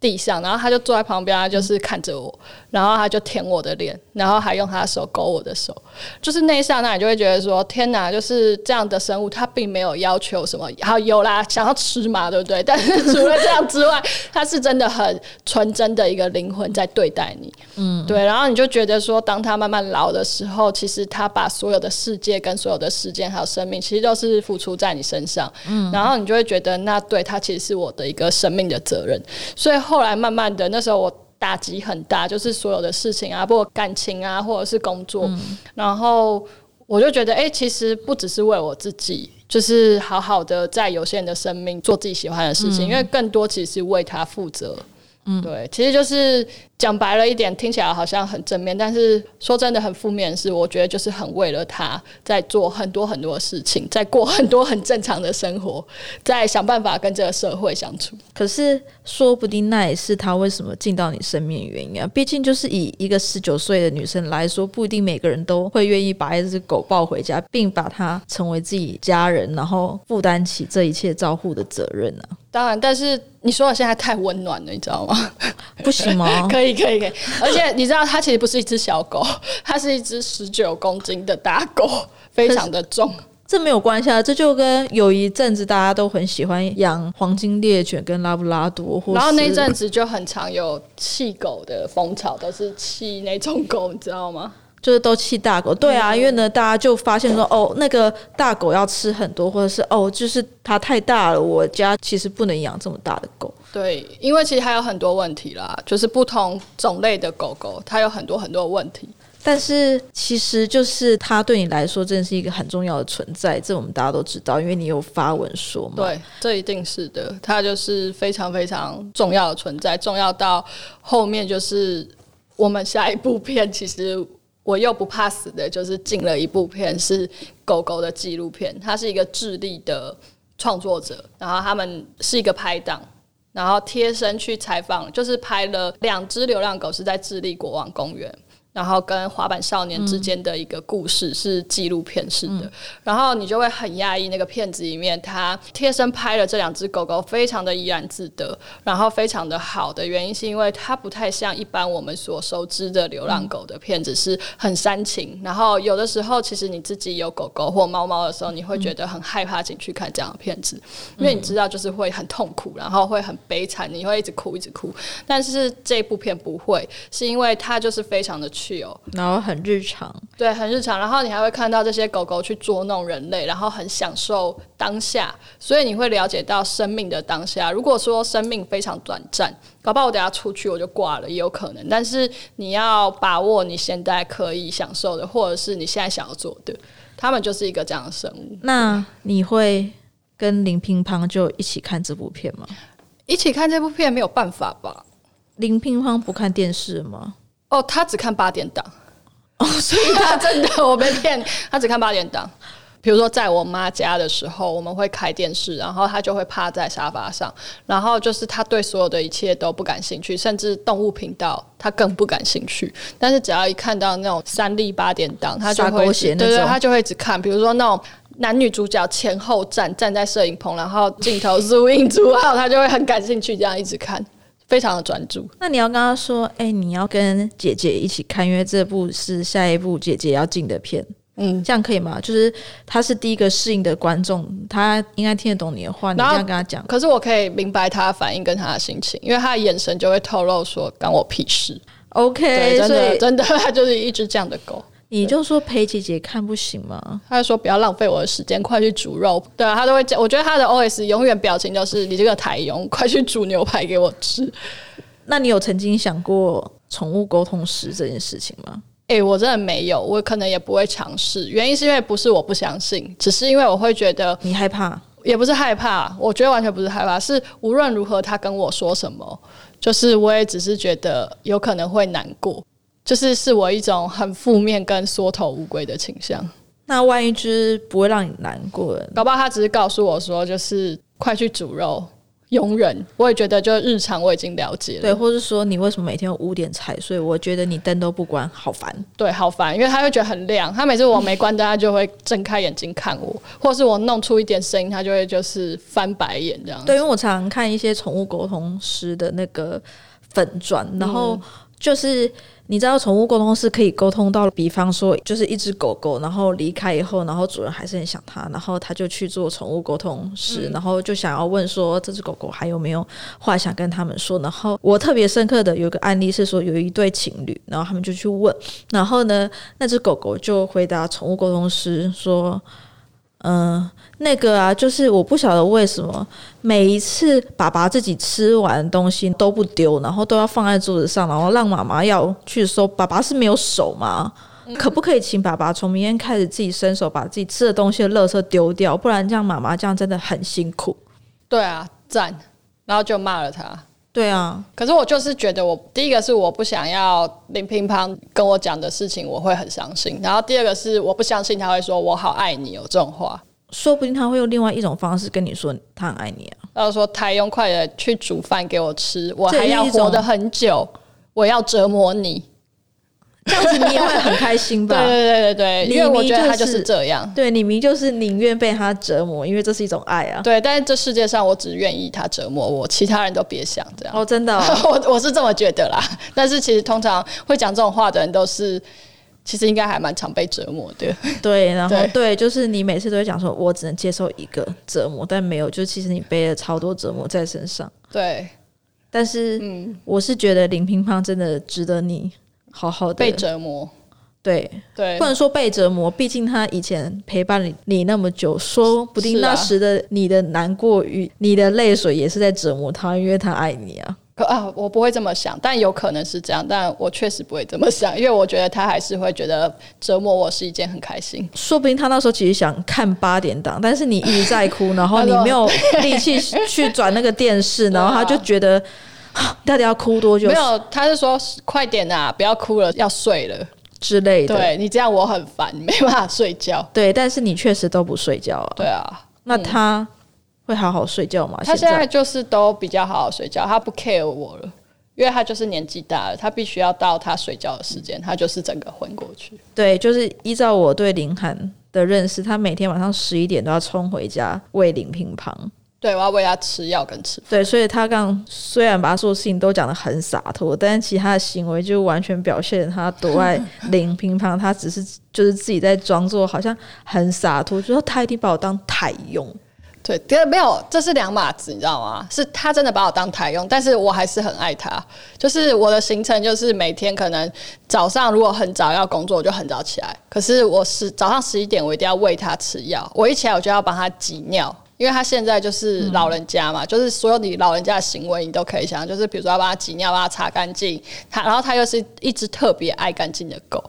Speaker 2: 地上，然后他就坐在旁边，他就是看着我，然后他就舔我的脸，然后还用他的手勾我的手，就是那一刹那，你就会觉得说天哪，就是这样的生物，它并没有要求什么，好有啦，想要吃嘛，对不对？但是除了这样之外，它是真的很纯真的一个灵魂在对待你，嗯，对，然后你就觉得说，当它慢慢老的时候，其实它把所有的世界跟所有的时间还有生命，其实都是付出在你身上，嗯，然后你就会觉得，那对它其实是我的一个生命的责任，所以后来慢慢的，那时候我打击很大，就是所有的事情啊，包括感情啊，或者是工作，然后我就觉得，哎、其实不只是为我自己，就是好好的在有限的生命做自己喜欢的事情，因为更多其实是为他负责。嗯，对，其实就是讲白了一点，听起来好像很正面，但是说真的很负面的是，我觉得就是很为了他在做很多很多的事情，在过很多很正常的生活，在想办法跟这个社会相处。
Speaker 3: 可是说不定那也是他为什么进到你生命的原因啊。毕竟就是以一个十九岁的女生来说，不一定每个人都会愿意把一只狗抱回家，并把它成为自己家人，然后负担起这一切照护的责任啊 呢、
Speaker 2: 当然，但是你说的现在太温暖了，你知道吗？
Speaker 3: 啊。不行吗？
Speaker 2: 可以，可以，可以。而且你知道，它其实不是一只小狗， 它是一只十九公斤的大狗，非常的重。
Speaker 3: 这没有关系啊，这就跟有一阵子大家都很喜欢养黄金猎犬跟拉布拉多，或
Speaker 2: 然后那
Speaker 3: 是
Speaker 2: 阵子就很常有弃狗的风潮，都是弃那种狗，你知道吗？
Speaker 3: 就是都弃大狗。对啊，因为呢，大家就发现说，哦，那个大狗要吃很多，或者是哦，就是它太大了，我家其实不能养这么大的狗。
Speaker 2: 对，因为其实还有很多问题啦，就是不同种类的狗狗，它有很多很多问题。
Speaker 3: 但是其实就是它对你来说真的是一个很重要的存在，这我们大家都知道，因为你有发文说嘛。
Speaker 2: 对，这一定是的，它就是非常非常重要的存在，重要到后面就是我们下一部片，其实我又不怕死的，就是进了一部片是狗狗的纪录片，它是一个智利的创作者，然后他们是一个拍档。然后贴身去采访，就是拍了两只流浪狗是在智利国王公园，然后跟滑板少年之间的一个故事、是纪录片式的，然后你就会很压抑那个片子里面他贴身拍了这两只狗狗，非常的怡然自得，然后非常的好的原因是因为它不太像一般我们所熟知的流浪狗的片子是很煽情，然后有的时候其实你自己有狗狗或猫猫的时候，你会觉得很害怕进去看这样的片子，因为你知道就是会很痛苦，然后会很悲惨，你会一直哭一直哭，但是这部片不会，是因为它就是非常的去哦，
Speaker 3: 然后很日常，
Speaker 2: 对，很日常。然后你还会看到这些狗狗去捉弄人类，然后很享受当下，所以你会了解到生命的当下。如果说生命非常短暂，搞不好我等下出去我就挂了，也有可能。但是你要把握你现在可以享受的，或者是你现在想要做的，他们就是一个这样的生物。
Speaker 3: 那你会跟林乒乓就一起看这部片吗？
Speaker 2: 一起看这部片没有办法吧？
Speaker 3: 林乒乓不看电视吗？
Speaker 2: 哦，他只看八点档， 哦，所以他真的我没骗你，他只看八点档。比如说，在我妈家的时候，我们会开电视，然后他就会趴在沙发上，然后就是他对所有的一切都不感兴趣，甚至动物频道他更不感兴趣。但是只要一看到那种三立八点档，他就
Speaker 3: 撒
Speaker 2: 会
Speaker 3: 狗
Speaker 2: 一
Speaker 3: 血
Speaker 2: 直
Speaker 3: 那
Speaker 2: 对对，
Speaker 3: 种
Speaker 2: 他就会一直看。比如说那种男女主角前后站站在摄影棚，然后镜头 zoom in zoom out，他就会很感兴趣，这样一直看，非常的专注。
Speaker 3: 那你要跟他说，哎、你要跟姐姐一起看，因为这部是下一部姐姐要进的片，
Speaker 2: 嗯，
Speaker 3: 这样可以吗？就是他是第一个适应的观众，他应该听得懂你的话，你这
Speaker 2: 然后
Speaker 3: 样跟他讲。
Speaker 2: 可是我可以明白他的反应跟他的心情，因为他的眼神就会透露说干我屁事。
Speaker 3: OK，
Speaker 2: 对，真
Speaker 3: 哎所
Speaker 2: 的
Speaker 3: 以
Speaker 2: 真的，他就是一只这样的狗。
Speaker 3: 你就说陪姐姐看不行吗？
Speaker 2: 他就说不要浪费我的时间，快去煮肉。对啊，他都会讲。我觉得他的 OS 永远表情就是你这个台佣，快去煮牛排给我吃。
Speaker 3: 那你有曾经想过宠物沟通师这件事情吗？
Speaker 2: 诶、哎我真的没有，我可能也不会尝试。原因是因为不是我不相信，只是因为我会觉得
Speaker 3: 你害怕？
Speaker 2: 也不是害怕，我觉得完全不是害怕，是无论如何他跟我说什么，就是我也只是觉得有可能会难过，就是是我一种很负面跟缩头乌龟的倾向。
Speaker 3: 那万一就是不会让你难过的，
Speaker 2: 搞不好他只是告诉我说，就是快去煮肉，容忍。我也觉得就日常我已经了解了，
Speaker 3: 对，或是说你为什么每天五点才睡？我觉得你灯都不关，好烦。
Speaker 2: 对，好烦，因为他会觉得很亮。他每次我没关灯，他就会睁开眼睛看我，或是我弄出一点声音，他就会就是翻白眼这样。
Speaker 3: 对，因为我常常看一些宠物沟通师的那个粉转，然后就是你知道，宠物沟通师可以沟通到，比方说就是一只狗狗，然后离开以后，然后主人还是很想它，然后他就去做宠物沟通师，然后就想要问说这只狗狗还有没有话想跟他们说。然后我特别深刻的有一个案例是说，有一对情侣，然后他们就去问，然后呢，那只狗狗就回答宠物沟通师说。嗯，那个啊，就是我不晓得为什么每一次爸爸自己吃完东西都不丢，然后都要放在桌子上，然后让妈妈要去收。爸爸是没有手吗？可不可以请爸爸从明天开始自己伸手把自己吃的东西的垃圾丢掉？不然这样妈妈这样真的很辛苦。
Speaker 2: 对啊，赞，然后就骂了他。
Speaker 3: 对啊，
Speaker 2: 可是我就是觉得我，第一个是我不想要林乒乓跟我讲的事情，我会很伤心。然后第二个是我不相信他会说“我好爱你”有这种话，
Speaker 3: 说不定他会用另外一种方式跟你说他很爱你啊。
Speaker 2: 然后说“台用快点去煮饭给我吃，我还要
Speaker 3: 这是一种
Speaker 2: 活得很久，我要折磨你
Speaker 3: 这样子你也会很开”。心
Speaker 2: 对
Speaker 3: 吧？
Speaker 2: 对对对对，
Speaker 3: 你
Speaker 2: 因为我觉得他
Speaker 3: 就
Speaker 2: 就是是这样。
Speaker 3: 啊对，你明就是宁愿被他折磨，因为这是一种爱啊。
Speaker 2: 对，但是这世界上我只愿意他折磨我，其他人都别想这样。
Speaker 3: 哦，真 的、哦。
Speaker 2: 我我是这么觉得啦，但是其实通常会讲这种话的人都是，其实应该还蛮常被折磨的。
Speaker 3: 对，然后
Speaker 2: 对
Speaker 3: 对，就是你每次都会讲说，我只能接受一个折磨，但没有，就是其实你背了超多折磨在身上。
Speaker 2: 对，
Speaker 3: 但是，
Speaker 2: 嗯
Speaker 3: 我是觉得林乒乓真的值得你好好的
Speaker 2: 被折磨。
Speaker 3: 对，
Speaker 2: 对
Speaker 3: 不，能说被折磨，毕竟他以前陪伴你你那么久，说不定
Speaker 2: 是啊
Speaker 3: 那时的你的难过与你的泪水也是在折磨他，因为他爱你啊。
Speaker 2: 可啊，我不会这么想，但有可能是这样，但我确实不会这么想，因为我觉得他还是会觉得折磨我是一件很开心。
Speaker 3: 说不定他那时候其实想看八点档，但是你一直在哭，然后你没有力气去转那个电视，然后他就觉得。 啊到底要哭多久？
Speaker 2: 没有，他是说快点啊，不要哭了，要睡了。
Speaker 3: 之类的。
Speaker 2: 对你这样我很烦，没办法睡觉。
Speaker 3: 对但是你确实都不睡觉啊。
Speaker 2: 对 啊，
Speaker 3: 那他会好好睡觉吗？
Speaker 2: 他现
Speaker 3: 现
Speaker 2: 在就是都比较好好睡觉，他不 care 我了，因为他就是年纪大了，他必须要到他睡觉的时间，他就是整个昏过去。
Speaker 3: 对，就是依照我对林涵的认识，他每天晚上十一点都要冲回家喂林乒乓。
Speaker 2: 对，我要喂他吃药跟吃
Speaker 3: 对，所以他刚虽然把所有事情都讲得很洒脱，但是其他的行为就完全表现他多爱林乒乓。他只是就是自己在装作好像很洒脱，就说他一定把我当台用。
Speaker 2: 对，第二没有，这是两码子，你知道吗？是他真的把我当台用，但是我还是很爱他。就是我的行程就是每天可能早上如果很早要工作，我就很早起来。可是我是早上十一点，我一定要喂他吃药。我一起来我就要帮他挤尿，因为他现在就是老人家嘛，就是所有你老人家的行为你都可以想，就是比如说要帮他挤尿，帮他擦干净。他然后他又是一只特别爱干净的狗，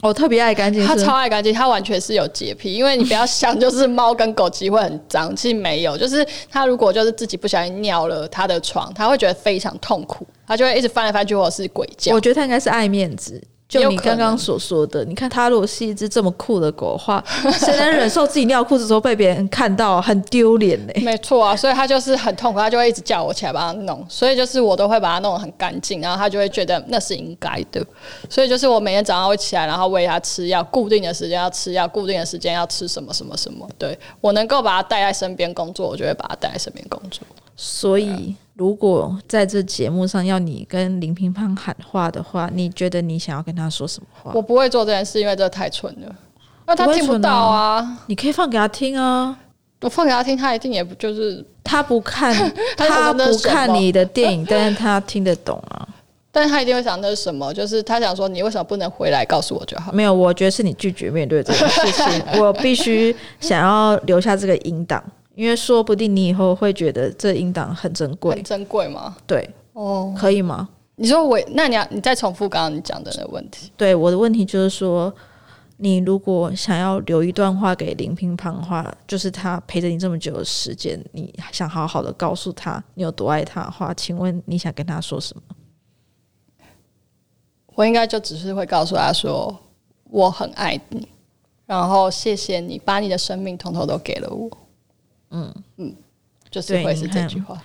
Speaker 3: 我、哦特别爱干净，
Speaker 2: 它
Speaker 3: 是吗
Speaker 2: 超爱干净，它完全是有洁癖，因为你不要想，就是猫跟狗其实会很脏，其实没有，就是它如果就是自己不小心尿了它的床，它会觉得非常痛苦，它就会一直翻来翻去或者是鬼叫
Speaker 3: 我。觉得他应该是爱面子。
Speaker 2: 也
Speaker 3: 就
Speaker 2: 有
Speaker 3: 你
Speaker 2: 可
Speaker 3: 刚刚
Speaker 2: 能
Speaker 3: 所说的，你看他如果是一只这么酷的狗的话，谁能忍受自己尿裤子的时候被别人看到，很丢脸 呢？
Speaker 2: 没错啊，所以它就是很痛苦，它就会一直叫我起来帮它弄，所以就是我都会把它弄得很干净，然后它就会觉得那是应该的，所以就是我每天早上会起来，然后喂它吃药，固定的时间要吃药，固定的时间要吃什么什么什么，对我能够把它带在身边工作，我就会把它带在身边工作。
Speaker 3: 所以，如果在这节目上要你跟林乒乓喊话的话，你觉得你想要跟他说什么话？
Speaker 2: 我不会做这件事，因为这太蠢了。那他
Speaker 3: 不会
Speaker 2: 听不
Speaker 3: 蠢
Speaker 2: 到
Speaker 3: 啊
Speaker 2: 啊，
Speaker 3: 你可以放给他听啊，
Speaker 2: 我放给他听，他一定也不就是。
Speaker 3: 他不看，
Speaker 2: 他
Speaker 3: 他
Speaker 2: 想说那
Speaker 3: 不
Speaker 2: 是什么
Speaker 3: 看你的电影，但是他听得懂啊。
Speaker 2: 但是他一定会想那是什么，就是他想说你为什么不能回来告诉我就好。
Speaker 3: 没有，我觉得是你拒绝面对这件事 情。我必须想要留下这个音档，因为说不定你以后会觉得这音档很珍
Speaker 2: 很
Speaker 3: 贵。
Speaker 2: 珍贵吗？
Speaker 3: 对，
Speaker 2: 哦，
Speaker 3: 可以吗？
Speaker 2: 你说我，那你要你再重复刚刚你讲的那个问题，
Speaker 3: 对，我的问题就是说，你如果想要留一段话给林乒乓的话，就是他陪着你这么久的时间，你想好好的告诉他你有多爱他的话，请问你想跟他说什么？
Speaker 2: 我应该就只是会告诉他说我很爱你，然后谢谢你把你的生命统统都给了我。嗯嗯，就是
Speaker 3: 对
Speaker 2: 会是
Speaker 3: 你
Speaker 2: 这
Speaker 3: 看
Speaker 2: 句话，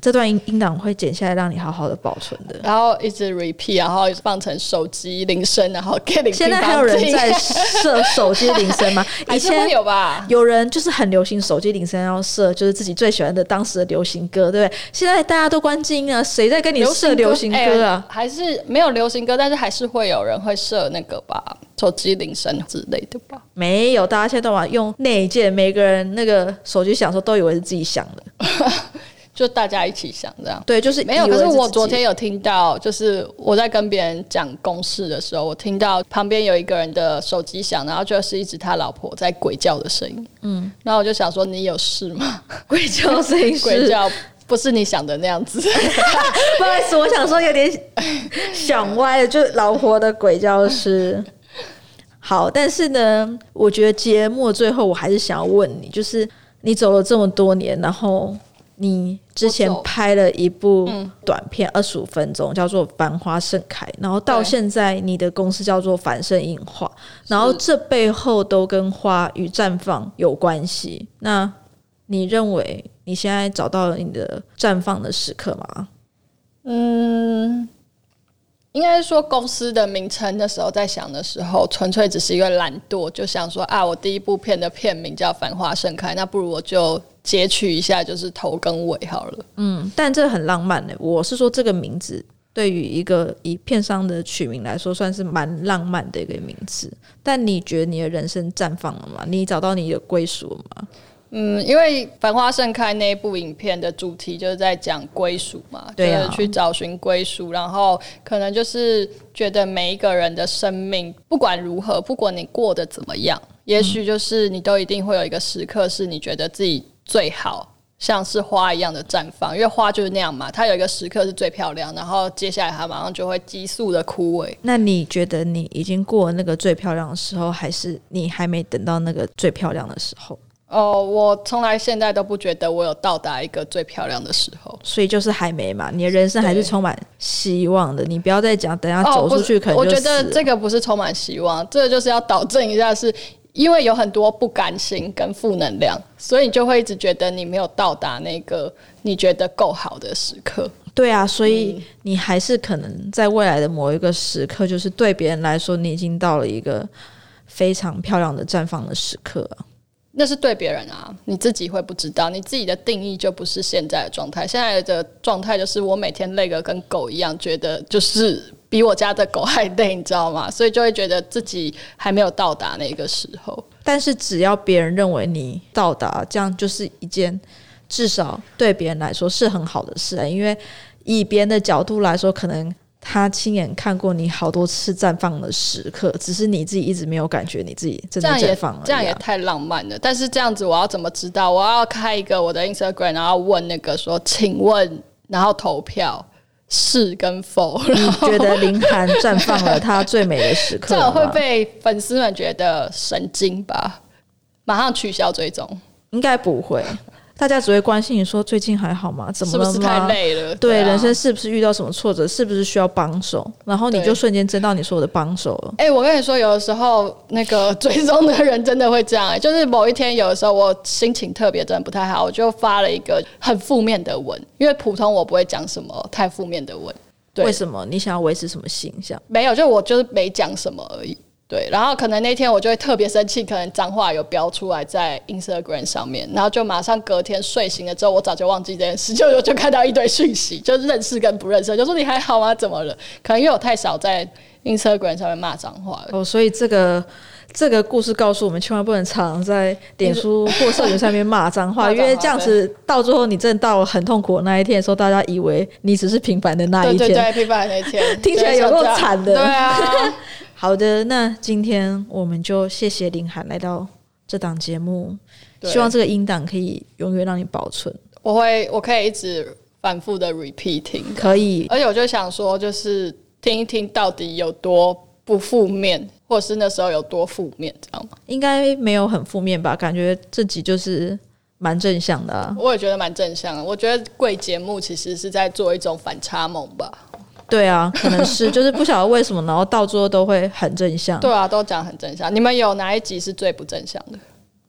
Speaker 3: 这段音音档会剪下来，让你好好的保存的。
Speaker 2: 然后一直 repeat，然后放成手机铃声，然后给你
Speaker 3: 现在还有人在 设手机铃声吗？以
Speaker 2: 还是
Speaker 3: 前
Speaker 2: 会有吧？
Speaker 3: 有人就是很流行手机铃声要设，就是自己最喜欢的当时的流行歌，对不对？现在大家都关静音啊，谁在跟你设流行歌啊？
Speaker 2: 哎还是没有流行歌，但是还是会有人会设那个吧，手机铃声之类的吧。
Speaker 3: 没有，大家现在都玩用内建，每个人那个手机响的时候都以为是自己响的，
Speaker 2: 就大家一起想这样。
Speaker 3: 对，就是
Speaker 2: 没有，
Speaker 3: 以为
Speaker 2: 可是
Speaker 3: 自己
Speaker 2: 我昨天有听到，就是我在跟别人讲公事的时候，我听到旁边有一个人的手机响，然后就是一直他老婆在鬼叫的声音。嗯，然后我就想说，你有事吗？
Speaker 3: 鬼叫声音
Speaker 2: 鬼
Speaker 3: 是，
Speaker 2: 叫不是你想的那样子。
Speaker 3: 不好意思，我想说有 点想歪了，就是老婆的鬼叫是。好，但是呢，我觉得节目的最后我还是想要问你，就是你走了这么多年，然后你之前
Speaker 2: 我走嗯
Speaker 3: 拍了一部短片，二十五分钟，叫做《繁花盛开》，然后到
Speaker 2: 对
Speaker 3: 现在你的公司叫做繁盛映画，然后这背后都跟花与绽放有关系。那你认为你现在找到了你的绽放的时刻吗？
Speaker 2: 应该说公司的名称的时候，在想的时候，纯粹只是一个懒惰，就想说啊，我第一部片的片名叫《繁花盛开》，那不如我就截取一下，就是头跟尾好了。
Speaker 3: 嗯，但这很浪漫的、我是说，这个名字对于一个以片商的取名来说，算是蛮浪漫的一个名字。但你觉得你的人生绽放了吗？你找到你的归属了吗？
Speaker 2: 嗯，因为《繁花盛开》那一部影片的主题就是在讲归属嘛，
Speaker 3: 对啊
Speaker 2: 就是去找寻归属，然后可能就是觉得每一个人的生命，不管如何，不管你过得怎么样，也许就是你都一定会有一个时刻是你觉得自己最好。像是花一样的绽放，因为花就是那样嘛，它有一个时刻是最漂亮，然后接下来它马上就会急速的枯萎。
Speaker 3: 那你觉得你已经过了那个最漂亮的时候，还是你还没等到那个最漂亮的时候？
Speaker 2: 哦，我从来现在都不觉得我有到达一个最漂亮的时候。
Speaker 3: 所以就是还没嘛，你的人生还
Speaker 2: 对
Speaker 3: 是充满希望的。你不要再讲，等下
Speaker 2: 哦，
Speaker 3: 走
Speaker 2: 不
Speaker 3: 出
Speaker 2: 是，
Speaker 3: 去可能
Speaker 2: 我
Speaker 3: 就
Speaker 2: 觉
Speaker 3: 死
Speaker 2: 得
Speaker 3: 了
Speaker 2: 这个不是充满希望，这个就是要导正一下是。因为有很多不甘心跟负能量，所以你就会一直觉得你没有到达那个你觉得够好的时刻。
Speaker 3: 对啊，所
Speaker 2: 嗯
Speaker 3: 以你还是可能在未来的某一个时刻，就是对别人来说，你已经到了一个非常漂亮的绽放的时刻啊。
Speaker 2: 那是对别人啊，你自己会不知道，你自己的定义就不是现在的状态。现在的状态就是我每天累个跟狗一样，觉得就是比我家的狗还累，你知道吗？所以就会觉得自己还没有到达那个时候。
Speaker 3: 但是只要别人认为你到达，这样就是一件至少对别人来说是很好的事啊。因为以别人的角度来说，可能他亲眼看过你好多次绽放的时刻，只是你自己一直没有感觉你自己
Speaker 2: 这
Speaker 3: 真的
Speaker 2: 样也
Speaker 3: 绽放了、
Speaker 2: 这样也太浪漫了。但是这样子，我要怎么知道？我要开一个我的 Instagram，然后问那个说，请问，然后投票是跟否，然
Speaker 3: 你
Speaker 2: 后
Speaker 3: 觉得林涵绽放了她最美的时刻
Speaker 2: 这
Speaker 3: 了
Speaker 2: 样
Speaker 3: 吗？
Speaker 2: 会被粉丝们觉得神经吧？马上取消追踪，
Speaker 3: 应该不会， 大家只会关心你说最近还好吗？怎么
Speaker 2: 是
Speaker 3: 了
Speaker 2: 不
Speaker 3: 吗？
Speaker 2: 是太累了？
Speaker 3: 对
Speaker 2: 啊
Speaker 3: 人生。是不是遇到什么挫折？是不是需要帮手？然后你
Speaker 2: 对
Speaker 3: 就瞬间争到你说我的帮手了。
Speaker 2: 哎、我跟你说，有的时候那个追踪的人真的会这样、哎就是某一天，有的时候我心情特别真的不太好，我就发了一个很负面的文，因为普通我不会讲什么太负面的文。对
Speaker 3: 为什么你想要维持什么形象？
Speaker 2: 没有，就我就是没讲什么而已。对，然后可能那天我就会特别生气，可能脏话有标出来在 Instagram 上面，然后就马上隔天睡醒了之后，我早就忘记这件事，就就就看到一堆讯息，就认识跟不认识，就说你还好吗？怎么了？可能因为我太少在 Instagram 上面骂脏话了。
Speaker 3: 哦，所以这个这个故事告诉我们，千万不能常常在脸书或社群上面骂脏话，
Speaker 2: 骂脏话
Speaker 3: 因为这样子到最后你真的到了很痛苦的那一天的时候，大家以为你只是平凡的那一
Speaker 2: 对
Speaker 3: 天。
Speaker 2: 对对，平凡的那一天，
Speaker 3: 啊听起来有够惨的
Speaker 2: 对啊，
Speaker 3: 好的，那今天我们就谢谢林涵来到这档节目，
Speaker 2: 对
Speaker 3: 希望这个音档可以永远让你保存，
Speaker 2: 我会我可以一直反复的 repeating，
Speaker 3: 可以
Speaker 2: 而且我就想说，就是听一听到底有多不负面，或者是那时候有多负面，这样吗？
Speaker 3: 应该没有很负面吧？感觉这集就是蛮正向的、啊。
Speaker 2: 我也觉得蛮正向的。我觉得贵节目其实是在做一种反差萌吧。
Speaker 3: 对啊，可 能是就是不晓得为什么，然后到最后都会很正向。
Speaker 2: 对啊，都讲很正向。你们有哪一集是最不正向的？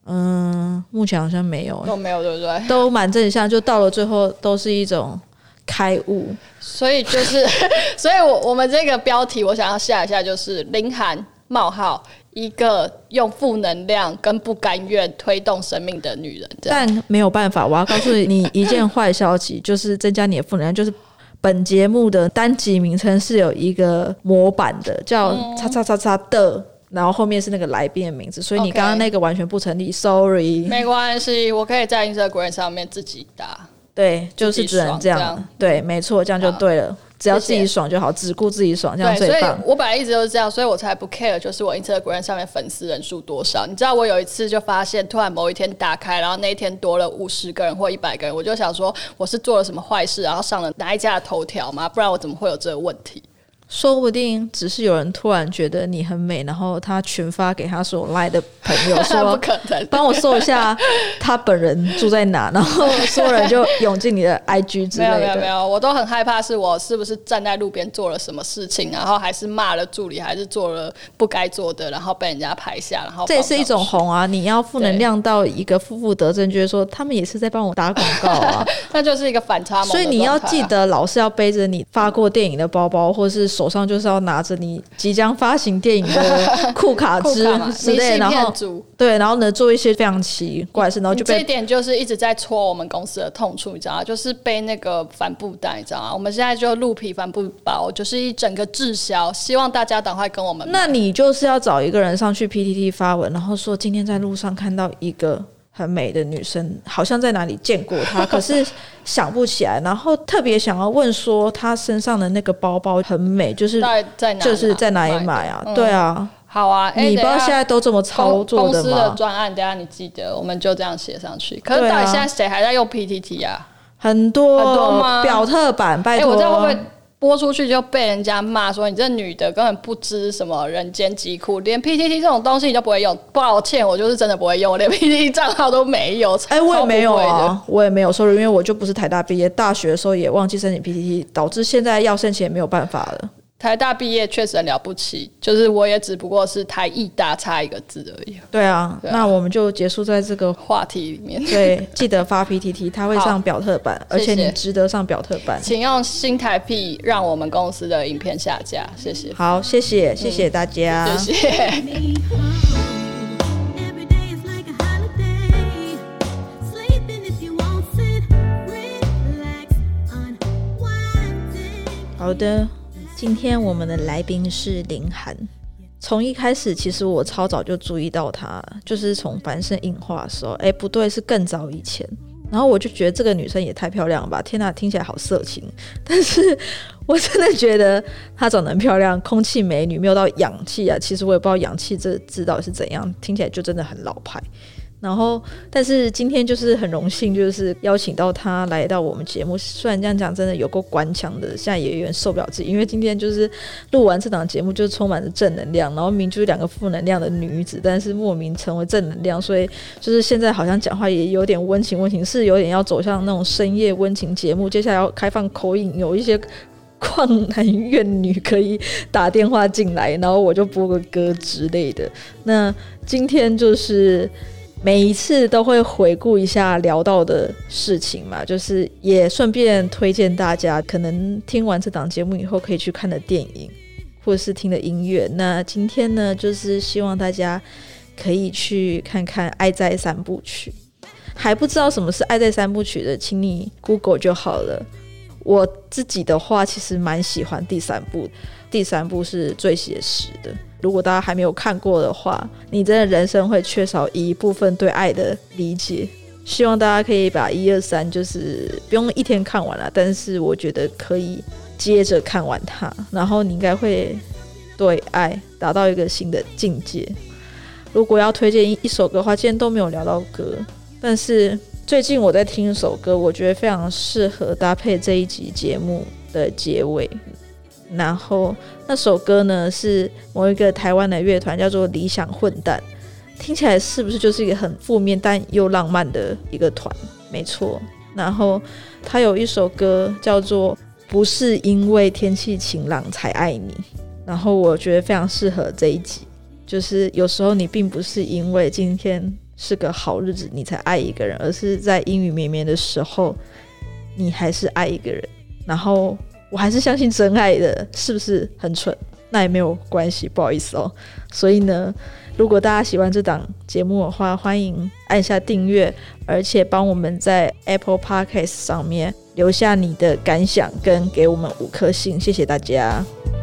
Speaker 3: 嗯，目前好像没有，
Speaker 2: 都没有，对不对？
Speaker 3: 都蛮正向，就到了最后都是一种开悟。
Speaker 2: 所以就是， 所以我我们这个标题我想要下一下，就是林涵冒号一个用负能量跟不甘愿推动生命的女人，这样。
Speaker 3: 但没有办法，我要告诉你一件坏消息，就是增加你的负能量，就是。本节目的单集名称是有一个模板的，叫
Speaker 2: 哦
Speaker 3: “叉叉叉叉的”，然后后面是那个来宾的名字，所以你
Speaker 2: OK
Speaker 3: 刚刚那个完全不成立，sorry。
Speaker 2: 没关系，我可以在 Instagram 上面自己打。
Speaker 3: 对，就是只能这样。
Speaker 2: 自己爽
Speaker 3: 对，没错，这样就对了。只要自己爽就好，只顾自己爽，这样
Speaker 2: 对，所
Speaker 3: 最
Speaker 2: 以
Speaker 3: 棒。
Speaker 2: 我本来一直都是这样，所以我才不 care，就是我 Instagram 上面粉丝人数多少。你知道我有一次就发现，突然某一天打开，然后那一天多了五十个人或一百个人，我就想说我是做了什么坏事，然后上了哪一家的头条吗？不然我怎么会有这个问题？
Speaker 3: 说不定只是有人突然觉得你很美，然后他群发给他所赖的朋友
Speaker 2: 不
Speaker 3: 说
Speaker 2: 可能。：“
Speaker 3: 帮 我搜一下他本人住在哪。”然后所有人就涌 进你的 IG 之
Speaker 2: 没
Speaker 3: 类
Speaker 2: 有没有没
Speaker 3: 的。
Speaker 2: 有，我都很害怕，是我是不是站在路边做了什么事情，然后还是骂了助理，还是做了不该做的，然后被人家拍下，然后
Speaker 3: 这也是
Speaker 2: 放上
Speaker 3: 一种
Speaker 2: 去
Speaker 3: 红啊！你要负能
Speaker 2: 对
Speaker 3: 量到一个负负得正，就是说他们也是在帮我打广告 啊。
Speaker 2: 那就是一个反差萌的
Speaker 3: 所
Speaker 2: 状态啊。
Speaker 3: 以你要记得，老是要背着你发过电影的包包，或是手上就是要拿着你即将发行电影的库卡
Speaker 2: 酷
Speaker 3: 之
Speaker 2: 卡嘛，
Speaker 3: 之
Speaker 2: 明
Speaker 3: 类，
Speaker 2: 信
Speaker 3: 然后
Speaker 2: 片组
Speaker 3: 对，然后呢做一些非常奇怪的事，然后
Speaker 2: 你
Speaker 3: 就
Speaker 2: 这一
Speaker 3: 被
Speaker 2: 点就是一直在戳我们公司的痛处，你知道吗？就是背那个帆布袋，你知道吗？我们现在就鹿皮帆布包，就是一整个滞销，希望大家赶快跟我们买。
Speaker 3: 那你就是要找一个人上去 PTT 发文，然后说今天在路上看到一个。很美的女生，好像在哪里见过 她，可是想不起来。然后特别想要问说，她身上的那个包包很美，就是
Speaker 2: 到底在哪拿？
Speaker 3: 就是在哪里
Speaker 2: 买
Speaker 3: 买啊？对啊，
Speaker 2: 的？好啊，哎
Speaker 3: 你不知道
Speaker 2: 等一下
Speaker 3: 现在都这么操
Speaker 2: 公
Speaker 3: 作
Speaker 2: 公
Speaker 3: 的
Speaker 2: 司
Speaker 3: 吗？
Speaker 2: 的专案，等一下你记得，我们就这样写上去。可
Speaker 3: 对
Speaker 2: 是
Speaker 3: 啊
Speaker 2: 到底现在谁还在用 PTT 啊？
Speaker 3: 很多
Speaker 2: 很多吗
Speaker 3: 表特版，拜
Speaker 2: 哎、
Speaker 3: 托，
Speaker 2: 我这样会不会播出去就被人家骂说你这女的根本不知什么人间疾苦，连 PTT 这种东西你都不会用？抱歉，我就是真的不会用，我连 PTT 账号都没有。
Speaker 3: 哎、我也没有
Speaker 2: 超不会的。
Speaker 3: 啊，我也没有收入，因为我就不是台大毕业，大学的时候也忘记申请 PTT，导致现在要申请也没有办法了。
Speaker 2: 台大毕业确实很了不起，就是我也只不过是台艺大差一个字而已。
Speaker 3: 对啊，
Speaker 2: 对啊
Speaker 3: 那我们就结束在这个。
Speaker 2: 话题里面，
Speaker 3: 对，记得发 PTT，它会上表特版，而且
Speaker 2: 谢谢
Speaker 3: 你值得上表特版。
Speaker 2: 请用新台币让我们公司的影片下架，谢谢，
Speaker 3: 好，啊谢谢，谢谢大家。
Speaker 2: 谢谢。
Speaker 1: Every day is like a holiday. Sleeping if you want it, relax, unwinding.
Speaker 3: 好的，今天我们的来宾是林涵。从一开始，其实我超早就注意到她，就是从《凡生映画》的时候，哎，不对，是更早以前。然后我就觉得这个女生也太漂亮了吧！天哪，听起来好色情， 但是我真的觉得她长得很漂亮，空气美女，没有到氧气啊。其实我也不知道氧气这个字到底是怎样，听起来就真的很老派。然后，但是今天就是很荣幸，就是邀请到他来到我们节目。虽然这样讲真的有够官腔的，现在也有点受不了自己，因为今天就是录完这档节目，就充满着正能量，然后明就是两个负能量的女子，但是莫名成为正能量，所以就是现在好像讲话也有点温情温情，是有点要走向那种深夜温情节目。接下来要开放口音，有一些。旷男怨女可以打电话进来，然后我就播个歌之类的。那今天就是每一次都会回顾一下聊到的事情嘛，就是也顺便推荐大家，可能听完这档节目以后可以去看的电影，或者是听的音乐。那今天呢，就是希望大家可以去看看《爱在三部曲》，还不知道什么是《爱在三部曲》的，请你 Google 就好了。我自己的话，其实蛮喜欢第三部，第三部是最写实的。如果大家还没有看过的话，你真的人生会缺少一部分对爱的理解。希望大家可以把一二三，就是不用一天看完了，但是我觉得可以接着看完它，然后你应该会对爱达到一个新的境界。如果要推荐一一首歌的话，今天都没有聊到歌，但是最近我在听一首歌，我觉得非常适合搭配这一集节目的结尾。然后那首歌呢是某一个台湾的乐团叫做理想混蛋，听起来是不是就是一个很负面但又浪漫的一个团？没错。然后他有一首歌叫做《不是因为天气晴朗才爱你》，然后我觉得非常适合这一集。就是有时候你并不是因为今天是个好日子你才爱一个人，而是在阴雨绵绵的时候，你还是爱一个人。然后我还是相信真爱的，是不是很蠢？那也没有关系，不好意思哦。所以呢，如果大家喜欢这档节目的话，欢迎按下订阅，而且帮我们在 Apple Podcast 上面留下你的感想，跟给我们五颗星，谢谢大家。
Speaker 1: oh?